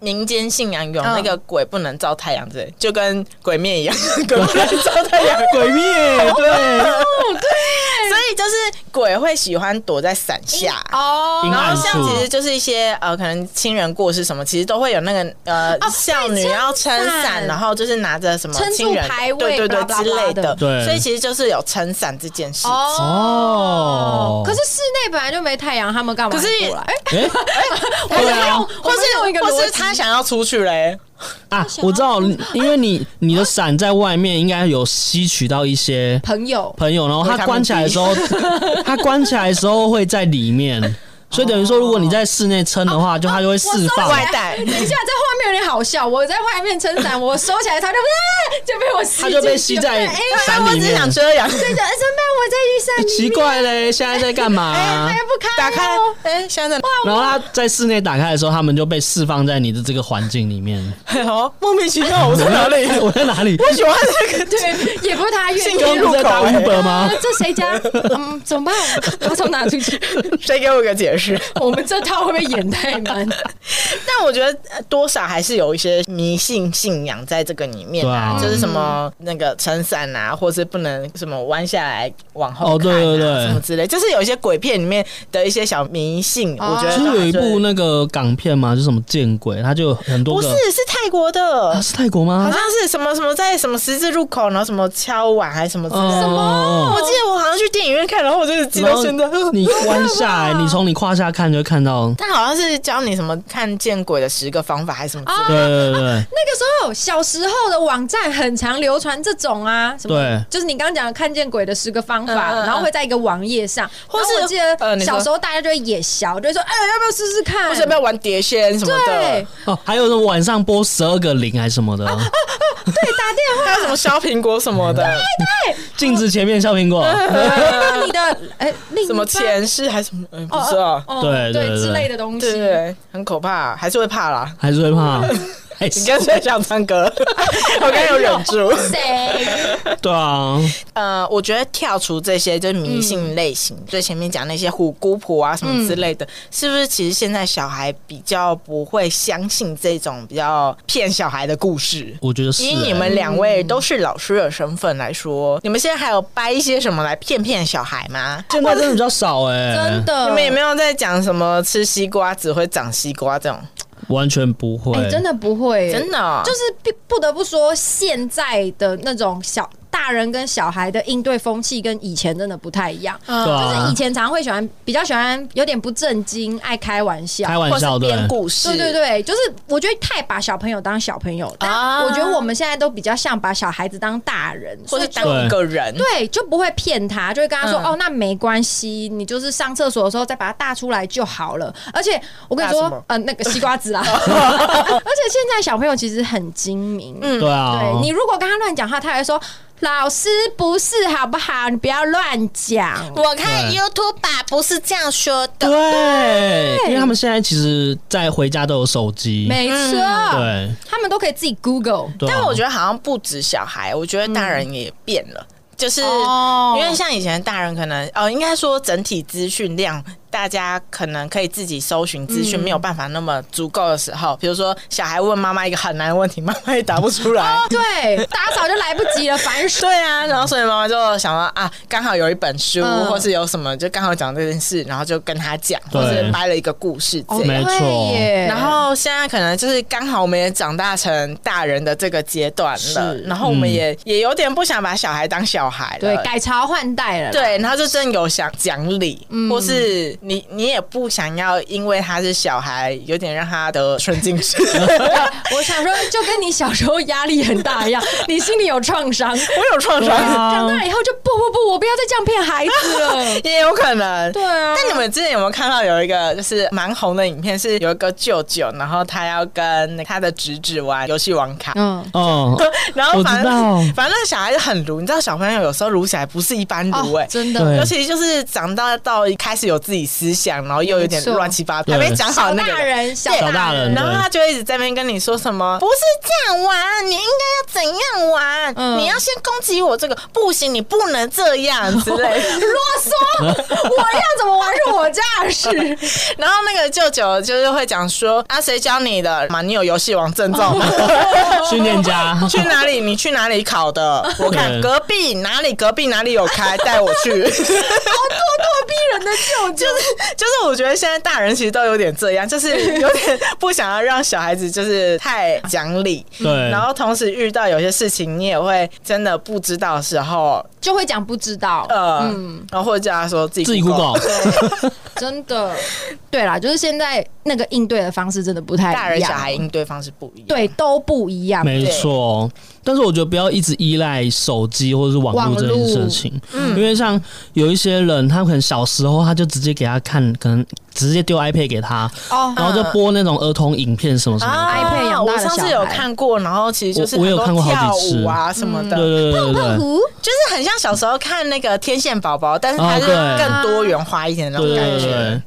Speaker 3: 民间信仰
Speaker 2: 嗯
Speaker 3: 有那个鬼不能照太阳之类，就跟鬼面一样， 鬼不能照太 阳。
Speaker 4: 鬼灭，对，
Speaker 3: 所以就是鬼会喜欢躲在伞下。
Speaker 2: 懂哦
Speaker 4: 阴
Speaker 3: 然后
Speaker 4: 暗
Speaker 3: 像
Speaker 4: 处
Speaker 3: 其实就是一些呃，可能亲人过世什么，其实都会有那个呃，
Speaker 2: 哦
Speaker 3: 孝女
Speaker 2: 会撑
Speaker 3: 要撑伞，
Speaker 2: 伞
Speaker 3: 然后就是拿着什么
Speaker 2: 撑住
Speaker 3: 亲人
Speaker 2: 牌位
Speaker 3: 对对对
Speaker 2: blah blah
Speaker 3: 之类
Speaker 2: blah 的
Speaker 4: 对
Speaker 3: 所以其实就是有撑伞这件事
Speaker 2: 哦
Speaker 3: 情。
Speaker 4: 哦
Speaker 2: 可是室内本来就没太阳，他们干嘛
Speaker 3: 可是
Speaker 2: 还过来？哎，
Speaker 4: 哎，对啊，
Speaker 2: 我
Speaker 3: 或
Speaker 2: 们用一
Speaker 3: 是
Speaker 2: 个
Speaker 3: 或
Speaker 2: 逻
Speaker 3: 是
Speaker 2: 辑
Speaker 3: 他想要出去嘞，
Speaker 4: 啊，我知道，因为你你的伞在外面应该有吸取到一些
Speaker 2: 朋 友
Speaker 4: 朋友，然后
Speaker 3: 维他
Speaker 4: 它
Speaker 3: 命
Speaker 4: 关起来的时候， 它关起来的时候会在里面，所以等于说，如果你在室内撑的话，就它就会释放
Speaker 2: 我收起
Speaker 3: 外
Speaker 2: 来
Speaker 3: 带
Speaker 2: 等一下，这画面有点好笑。我在外面撑伞，我收起来，啊它就就被我吸进去
Speaker 4: 它就被吸在
Speaker 2: 哎，
Speaker 4: 伞
Speaker 3: 我
Speaker 4: 里
Speaker 3: 只是
Speaker 4: 面啊
Speaker 3: 想。遮阳。
Speaker 2: 对的，怎么办？我在雨伞
Speaker 3: 哎
Speaker 2: 里面
Speaker 4: 奇怪嘞，现在在干嘛？
Speaker 2: 还不开、
Speaker 3: 打开，哎、现在
Speaker 4: 然后他在室内打开的时候，他们就被释放在你的这个环境 里面。
Speaker 3: 哎呦，莫名其 妙，哦我在哪里？
Speaker 4: 我在哪里？
Speaker 3: 我喜欢这个，
Speaker 2: 对，也不是他 愿
Speaker 3: 信
Speaker 2: 意
Speaker 3: 用
Speaker 4: 刚
Speaker 3: 入
Speaker 4: 不
Speaker 2: 的。
Speaker 4: 是在打
Speaker 3: 入口欸
Speaker 4: Uber 吗
Speaker 2: 啊？这谁家？ 嗯，怎么办？我从哪出去？
Speaker 3: 谁给我个解 释？
Speaker 2: 我们这套会不会演太满？
Speaker 3: 但我觉得呃多少还是有一些迷信信仰在这个里面啊，
Speaker 4: 对啊
Speaker 3: 就是什么那个撑伞啊，或是不能什么弯下来往后
Speaker 4: 哦
Speaker 3: 看、
Speaker 4: 对
Speaker 3: 啊
Speaker 4: 对对
Speaker 3: 什么之类，就是有一些鬼片里面的一些小迷信，
Speaker 2: 哦
Speaker 3: 我觉得
Speaker 4: 就
Speaker 3: 都
Speaker 4: 啊是有一
Speaker 3: 还
Speaker 4: 部那个港片嘛，就是什么见鬼，它就有很多
Speaker 3: 不是
Speaker 4: 个。
Speaker 3: 是泰国的
Speaker 4: 啊，。是泰国吗
Speaker 3: 好？像是什么什么在什么十字路口，然后什么敲碗还是什么之
Speaker 4: 哦
Speaker 3: 类的。
Speaker 4: 么
Speaker 3: 我记得我好像去电影院看，然后我就是记
Speaker 4: 然
Speaker 3: 到
Speaker 4: 后
Speaker 3: 现 在。
Speaker 4: 你弯下 来，你从你胯下看就会看到。
Speaker 3: 他好像是教你什么看见鬼的十个方法还是什么之类的。
Speaker 4: 对对对 对，
Speaker 2: 那个时候小时候的网站很常流传这种啊，什么
Speaker 4: 对
Speaker 2: 就是你刚刚讲的看见鬼的十个方法，
Speaker 3: 嗯嗯嗯
Speaker 2: 然后会在一个网页上，
Speaker 3: 或是
Speaker 2: 然后我记
Speaker 3: 呃你说
Speaker 2: 得小时候大家就会也小，就会说哎、要不要试试看？
Speaker 3: 或者要不要玩碟仙什么的
Speaker 2: 对，
Speaker 4: 哦，还有什么晚上拨十二个零还是什么 的，
Speaker 2: 对，打电话
Speaker 3: 还有什么削苹果什么的，
Speaker 4: 镜子前面削 苹果，
Speaker 2: 那你的哎、另一
Speaker 3: 什么
Speaker 2: 半
Speaker 3: 前世还是什么，嗯，不
Speaker 2: 哦
Speaker 3: 知道，
Speaker 2: 哦
Speaker 4: 对对
Speaker 2: 对
Speaker 4: 对
Speaker 2: 之
Speaker 4: 对
Speaker 2: 类的东西。
Speaker 3: 对，很可怕，还是会怕啦。
Speaker 4: 还是会怕。哎
Speaker 3: 你刚才想唱 歌，我刚有忍住。
Speaker 2: 谁？
Speaker 4: 对啊，
Speaker 3: 呃，我觉得跳除这些就是迷信类型，最前面讲那些虎姑婆啊什么之类的，是不是其实现在小孩比较不会相信这种比较骗小孩的故事？
Speaker 4: 我觉得是
Speaker 3: 以你
Speaker 4: 哎
Speaker 3: 们两位都是老师的身份来说，你们现在还有掰一些什么来骗骗小孩吗？
Speaker 4: 现在真的比较少哎，
Speaker 2: 真的？
Speaker 3: 你们有没有在讲什么吃西瓜只会长西瓜这种？
Speaker 4: 完全不会
Speaker 2: 哎、，真的不会、
Speaker 3: 真的哦、
Speaker 2: 就是不不得不说，现在的那种小大人跟小孩的应对风气跟以前真的不太一样。
Speaker 4: 对
Speaker 2: 就是
Speaker 4: 啊
Speaker 2: 以，前常会喜欢比较喜欢有点不正经，爱开玩笑。
Speaker 4: 开玩
Speaker 3: 或
Speaker 4: 笑
Speaker 3: 是
Speaker 4: 对
Speaker 3: 编故事，
Speaker 2: 对对对，就是我觉得太把小朋友当小朋友，
Speaker 3: 啊
Speaker 2: 但我觉得我们现在都比较像把小孩子当大人，
Speaker 3: 或是
Speaker 2: 所以就
Speaker 3: 当一个人，
Speaker 2: 对，就不会骗他，就会跟他说：“
Speaker 3: 嗯
Speaker 2: 哦，那没关系，你就是上厕所的时候再把它大出来就好了。”而且我跟你
Speaker 3: 大
Speaker 2: 说
Speaker 3: 什么，
Speaker 2: 呃，那个西 瓜子啦，而且现在小朋友其实很精明，
Speaker 3: 嗯
Speaker 4: 对啊
Speaker 2: 对，你如果跟他乱讲话，他还会说：“老师不是好不好？你不要乱讲。”
Speaker 3: 嗯
Speaker 1: 我看
Speaker 4: 对
Speaker 1: YouTube 吧，不是这样说的。
Speaker 4: 对，因为他们现在其实在回家都有手机，
Speaker 2: 没错，
Speaker 4: 对，
Speaker 2: 他们都可以自己 Google。
Speaker 4: 对啊
Speaker 3: 但我觉得好像不止小孩，我觉得大人也变了，就是、
Speaker 2: 嗯哦
Speaker 3: 因为像以前大人可能哦，应该说整体资讯量。大家可能可以自己搜寻资
Speaker 2: 嗯
Speaker 3: 讯，没有办法那么足够的时候，比如说小孩问妈妈一个很难的问题，妈妈也答不出来，
Speaker 2: 对，打扫就来不及了，烦 死。
Speaker 3: 对啊，然后所以妈妈就想到啊，刚好有一本书，
Speaker 2: 嗯
Speaker 3: 或是有什么，就刚好讲这件事，然后就跟他讲，
Speaker 4: 对
Speaker 3: 或是掰了一个故事
Speaker 2: 哦
Speaker 3: 这
Speaker 4: 没
Speaker 3: 样。
Speaker 4: 错
Speaker 2: 对耶
Speaker 3: 然后现在可能就是刚好我们也长大成大人的这个阶段了
Speaker 2: 是，嗯
Speaker 3: 然后我们也、也有点不想把小孩当小孩了。
Speaker 2: 对改朝换代了啦，
Speaker 3: 对，然后就真的有想讲理，
Speaker 2: 嗯
Speaker 3: 或是你你也不想要，因为他是小孩，有点让他的顺境 式。
Speaker 2: 我想说，就跟你小时候压力很大一样，你心里有创伤，
Speaker 3: 我有创
Speaker 4: 对
Speaker 3: 伤，。
Speaker 4: 啊
Speaker 2: 长大以后就不不不，我不要再这样骗孩子了
Speaker 3: 也有可能。
Speaker 2: 对 啊，
Speaker 3: 那你们之前有没有看到有一个就是蛮红的影片，是有一个舅舅，然后他要跟他的侄子玩游戏王卡，
Speaker 2: 嗯。
Speaker 4: 哦，
Speaker 3: 然后反正
Speaker 4: 我知道
Speaker 3: 反正那个小孩就很鲁，你知道小朋友有时候鲁起来不是一般鲁哎、
Speaker 2: 哦，真的
Speaker 4: 对
Speaker 3: 尤其就是长大到开始有自己思想，然后又有点
Speaker 2: 没错
Speaker 3: 乱七八糟，
Speaker 4: 对
Speaker 3: 还没讲好
Speaker 2: 小
Speaker 3: 那
Speaker 2: 大
Speaker 3: 个。
Speaker 2: 人，小
Speaker 4: 小大人
Speaker 2: 人
Speaker 3: 然后他就一直在那边跟你说什么，不是这样玩，你应该要怎样玩？
Speaker 2: 嗯
Speaker 3: 你要先攻击我这个，不行，你不能这样之类的。
Speaker 2: 啰嗦，我要怎么玩是我家的事。
Speaker 3: 然后那个舅舅就是会讲说啊，谁教你的嘛？你有游戏王症 状吗？
Speaker 4: 训练家，
Speaker 3: 去哪里？你去哪里考的？我看
Speaker 2: 嗯
Speaker 4: 对
Speaker 3: 隔壁哪里，隔壁哪里有开，带我去。
Speaker 2: 咄咄逼人的舅舅，
Speaker 3: 就是我觉得现在大人其实都有点这样，就是有点不想要让小孩子就是太讲理。
Speaker 4: 对，
Speaker 3: 然后同时遇到有些事情，你也会真的不知道的时候，呃
Speaker 2: 就会讲不知道，嗯
Speaker 3: 呃，然后或者叫他说自己
Speaker 4: 自己
Speaker 3: Google
Speaker 4: Google，
Speaker 2: 真的。对啦，就是现在那个应对的方式真的不太一样，
Speaker 3: 大人小孩应对方式不一样。
Speaker 2: 对都不一样。
Speaker 4: 没错，但是我觉得不要一直依赖手机或者是网络这件事情，
Speaker 2: 嗯
Speaker 4: 因为像有一些人，他可能小时候他就直接给他看，可能直接丢 iPad 给他，
Speaker 2: 哦
Speaker 4: 然后就播那种儿童影片什么什么的。
Speaker 2: iPad 养大的
Speaker 3: 啊我上次有
Speaker 2: 小孩
Speaker 3: 看过，然后其实就是
Speaker 4: 我我有
Speaker 3: 很
Speaker 4: 看过
Speaker 3: 多
Speaker 4: 好
Speaker 3: 跳
Speaker 4: 几次
Speaker 3: 舞啊什么的，
Speaker 4: 对对对对对对。
Speaker 2: 虎
Speaker 3: 就是很像小时候看那个《天线宝宝》，但是它
Speaker 4: 哦
Speaker 3: 是
Speaker 4: 对
Speaker 3: 更多元化一点的那
Speaker 4: 对
Speaker 3: 种
Speaker 4: 对
Speaker 3: 感
Speaker 4: 对
Speaker 3: 觉。
Speaker 4: 对，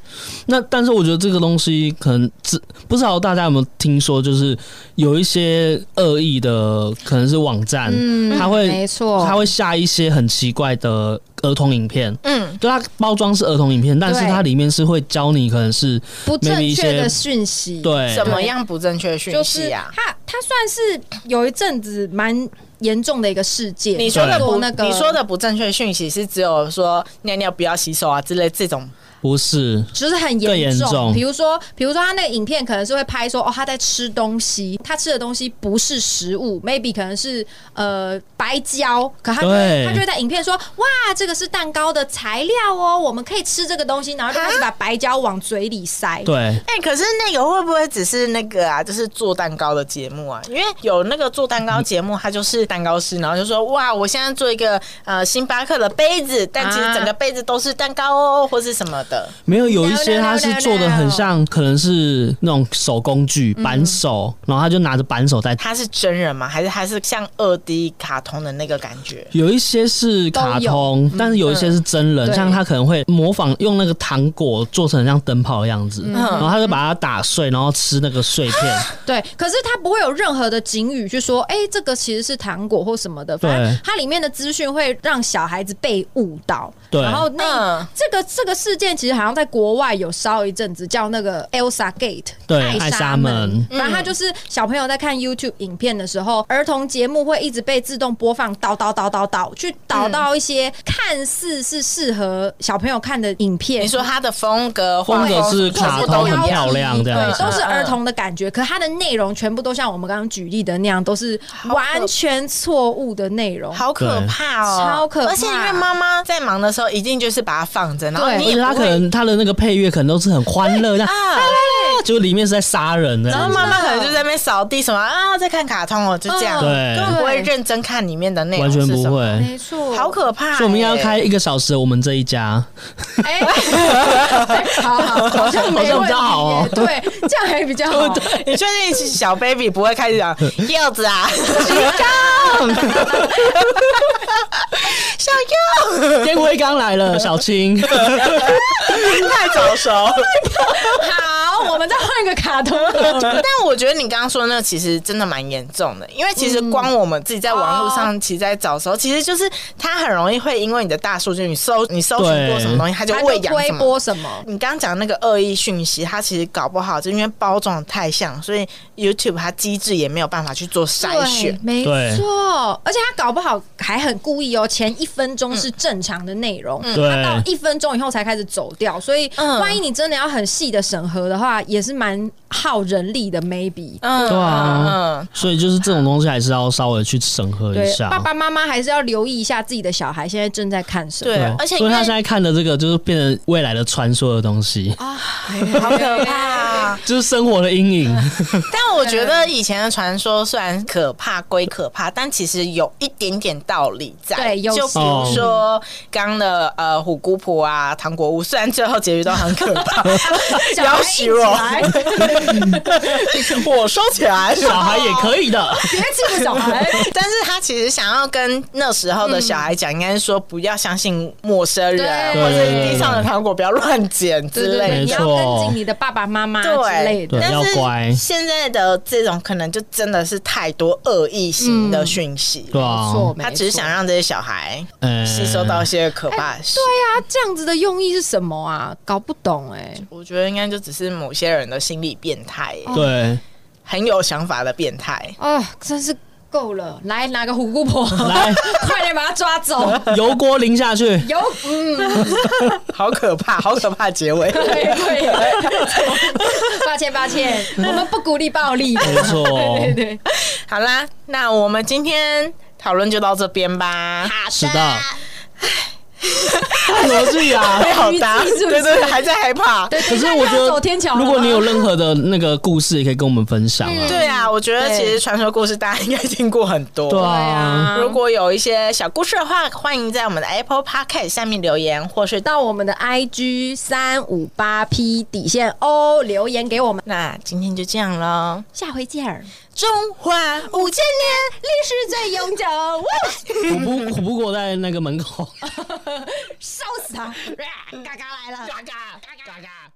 Speaker 4: 那但是我觉得这个东西可能知不知道大家有没有听说，就是有一些恶意的，可能是网站，
Speaker 2: 嗯
Speaker 4: 它会
Speaker 2: 没错，
Speaker 4: 他会下一些很奇怪的儿童影片，
Speaker 3: 嗯，
Speaker 4: 就它包装是儿童影片，但是
Speaker 2: 对
Speaker 4: 它里面是会教你可能是
Speaker 2: 不
Speaker 4: maybe
Speaker 2: 正
Speaker 4: 一
Speaker 2: 确
Speaker 4: 些
Speaker 2: 的讯息，，
Speaker 4: 对
Speaker 3: 怎么样不正确讯
Speaker 2: 就是
Speaker 3: 息啊？
Speaker 2: 他他算是有一阵子蛮严重的一个事件，
Speaker 3: 你说的
Speaker 2: 做
Speaker 3: 不，
Speaker 2: 那个
Speaker 3: 你说的不正确讯息是只有说尿尿不要洗手啊之类这种
Speaker 4: 不是
Speaker 2: 就是很
Speaker 4: 更严
Speaker 2: 严
Speaker 4: 重
Speaker 2: 重。比如说，比如说他那个影片可能是会拍说，哦，他在吃东西，他吃的东西不是食物，maybe 可能是呃白胶，可他就
Speaker 4: 对
Speaker 2: 会他就会在影片说，哇，这个是蛋糕的材料哦，我们可以吃这个东西，然后就开始把白胶往嘴里塞。
Speaker 4: 对
Speaker 3: 哎、可是那个会不会只是那个啊？就是做蛋糕的节目啊？因为有那个做蛋糕节目，他就是蛋糕师，然后就说哇，我现在做一个呃星巴克的杯子，但其实整个杯子都是蛋糕哦，或是什么的。
Speaker 4: 没有有一
Speaker 2: No,
Speaker 4: 些
Speaker 2: no, no,
Speaker 4: 它是做的很像，可能是那种手工具
Speaker 3: 嗯
Speaker 4: 扳手，然后他就拿着扳手在。
Speaker 3: 他是真人吗？还是还是像二 D 卡通的那个感觉？
Speaker 4: 有一些是卡通，但是有一些是真人，
Speaker 2: 嗯对
Speaker 4: 像他可能会模仿用那个糖果做成像灯泡的样
Speaker 2: 嗯
Speaker 4: 子，然后他就把它打碎，然后吃那个碎 片。
Speaker 2: 对，可是它不会有任何的警语去说，哎、这个其实是糖果或什么的，
Speaker 4: 对
Speaker 2: 反正它里面的资讯会让小孩子被误导。
Speaker 4: 对
Speaker 2: 然后那、
Speaker 3: 嗯
Speaker 2: 这个这个事件其实好像在国外有烧一阵子，叫那个 Elsa Gate，
Speaker 4: 对
Speaker 2: 艾
Speaker 4: 艾
Speaker 2: 莎
Speaker 4: 莎
Speaker 2: 门嗯
Speaker 4: 门。
Speaker 2: 反正它就是小朋友在看 YouTube 影片的时候，儿童节目会一直被自动播放，导导导导导，去导到一些看似是适合小朋友看的影片。
Speaker 3: 你说他的风格、
Speaker 4: 风格
Speaker 3: 画
Speaker 4: 是卡通很漂亮这样
Speaker 2: 对，
Speaker 4: 子
Speaker 2: 都是儿童的感觉，可它的内容全部都像我们刚刚举例的那样，都是完全错误的内容。
Speaker 3: 好可
Speaker 4: 对
Speaker 3: 怕哦，
Speaker 2: 超可怕
Speaker 3: 而且因为妈妈在忙的时候，一定就是把它放着，然后
Speaker 2: 对
Speaker 3: 你
Speaker 4: 而
Speaker 3: 也
Speaker 4: 且他
Speaker 3: 不
Speaker 4: 可
Speaker 3: 会
Speaker 4: 能他的那个配乐可能都是很欢乐，这
Speaker 2: 哎
Speaker 4: 样
Speaker 3: 啊。
Speaker 4: 就里面是在杀人的。
Speaker 3: 然后妈妈可能就在那边扫地什么啊，在看卡通哦，就这样，
Speaker 4: 嗯对
Speaker 3: 根本不会认真看里面的内容
Speaker 4: 完
Speaker 3: 是
Speaker 4: 全
Speaker 3: 什
Speaker 4: 不
Speaker 3: 么，
Speaker 4: 会。
Speaker 2: 没错，
Speaker 3: 好可怕、欸！
Speaker 4: 所以我们应该要开一个小时，我们这一 家
Speaker 2: 哎，好好，好像没问
Speaker 4: 好像比
Speaker 2: 题
Speaker 4: 较好哦
Speaker 2: 耶， 对，这样还比较好。
Speaker 3: 你确定小 baby 不会开始 讲柚子啊？小
Speaker 4: 电灰缸来了，小 青。
Speaker 3: 柚太早熟。
Speaker 2: 好，我们再换一个卡 通。
Speaker 3: 但我觉得你刚刚说那其实真的蛮严重的，因为其实光我们自己在网络上，其实在找的时候，其实就是它很容易会因为你的大数据，你搜你搜寻过什么东西，它就
Speaker 2: 它
Speaker 3: 喂
Speaker 2: 就
Speaker 3: 养
Speaker 2: 推
Speaker 3: 什么
Speaker 2: 播什么？
Speaker 3: 你刚刚讲那个恶意讯息，它其实搞不好就因为包装得太像，所以 YouTube 它机制也没有办法去做筛选
Speaker 2: 对。没
Speaker 4: 对
Speaker 2: 错，而且他搞不好还很故意哦。前一分钟是正常的内容，
Speaker 4: 对
Speaker 2: 到一分钟以后才开始走掉，所以
Speaker 3: 嗯
Speaker 2: 万一你真的要很细的审核的话，也是蛮耗人力的，maybe。
Speaker 3: 嗯，
Speaker 4: 对啊
Speaker 3: 嗯，
Speaker 4: 所以就是这种东西还是要稍微去审核一
Speaker 2: 对，
Speaker 4: 下
Speaker 2: 爸。爸妈妈还是要留意一下自己的小孩现在正在看什么。
Speaker 3: 对，而且因
Speaker 4: 啊所以
Speaker 3: 为
Speaker 4: 他现在看的这个就是变成未来的传说的东西，
Speaker 2: 啊
Speaker 3: 好可怕、啊。
Speaker 4: 就是生活的阴影。
Speaker 3: 但我觉得以前的传说虽然可怕归可怕，但其实有一点点道理在。
Speaker 2: 对有
Speaker 3: 就比如说刚刚的呃虎姑婆啊、糖果屋，虽然最后结局都很可 怕，
Speaker 2: 小孩
Speaker 3: 要
Speaker 2: 一
Speaker 3: 洗
Speaker 2: 起
Speaker 3: 我
Speaker 2: 来，
Speaker 3: 我收起来。
Speaker 4: 小孩也可以 的，
Speaker 2: 别欺负小 孩。
Speaker 3: 但是他其实想要跟那时候的小孩讲，应该是说不要相信陌生人，
Speaker 2: 对
Speaker 3: 或者是地上的糖果不要乱捡
Speaker 2: 对
Speaker 3: 之
Speaker 2: 对对，
Speaker 3: 类
Speaker 4: 没
Speaker 2: 你
Speaker 3: 的。
Speaker 2: 要
Speaker 4: 错
Speaker 2: 跟紧你的爸爸妈妈之类的
Speaker 4: 对。
Speaker 3: 但
Speaker 4: 要
Speaker 3: 是
Speaker 4: 乖
Speaker 3: 现在的这种可能就真的是太多恶意型
Speaker 2: 嗯
Speaker 3: 的讯息，
Speaker 4: 对啊
Speaker 2: 没，错，
Speaker 3: 他只是想
Speaker 2: 没错
Speaker 3: 让这些小孩
Speaker 4: 呃
Speaker 3: 吸收到一些可怕的事。
Speaker 2: 对啊，这样子的用意是什么啊？搞不懂哎、
Speaker 3: 我觉得应该就只是某些人的心理变态，
Speaker 2: 哦
Speaker 4: 对，
Speaker 3: 很有想法的变态。
Speaker 2: 啊，真是够了！来拿个虎姑婆，
Speaker 4: 来
Speaker 2: 快点把他 抓走。
Speaker 4: 油锅淋下去，
Speaker 2: 有，嗯，
Speaker 3: 好可怕，好可怕！结 尾
Speaker 2: 对对，抱歉抱歉，我们不鼓励暴力。
Speaker 4: 没错，
Speaker 2: 对对，
Speaker 3: 好啦，那我们今天讨论就到这边吧。
Speaker 4: 是的，逻辑啊。
Speaker 3: 被好搭，
Speaker 2: 虞姬是不
Speaker 3: 对
Speaker 2: 是
Speaker 3: 对，还在害怕。
Speaker 2: 对，
Speaker 4: 可是
Speaker 2: 等一下
Speaker 4: 我觉
Speaker 2: 要
Speaker 4: 得
Speaker 2: 走天桥了吗，嗯
Speaker 4: 如果你有任何的那个故事，也可以跟我们分享啊。
Speaker 3: 对啊，我觉得其实传说故事大家应该听过很多。
Speaker 4: 对
Speaker 2: 对
Speaker 4: 啊，
Speaker 2: 啊，
Speaker 3: 如果有一些小故事的话，欢迎在我们的 Apple Podcast 下面留言，或是
Speaker 2: 到我们的 IG 三五八 P 底线 O 留言给我们，
Speaker 3: 那今天就这样喽，
Speaker 2: 下回见。
Speaker 3: 中华五千年。
Speaker 2: 历史最永久，哇
Speaker 4: 虎不虎不过在那个门口。
Speaker 2: 烧死他！嘎嘎来了，嘎嘎嘎嘎嘎。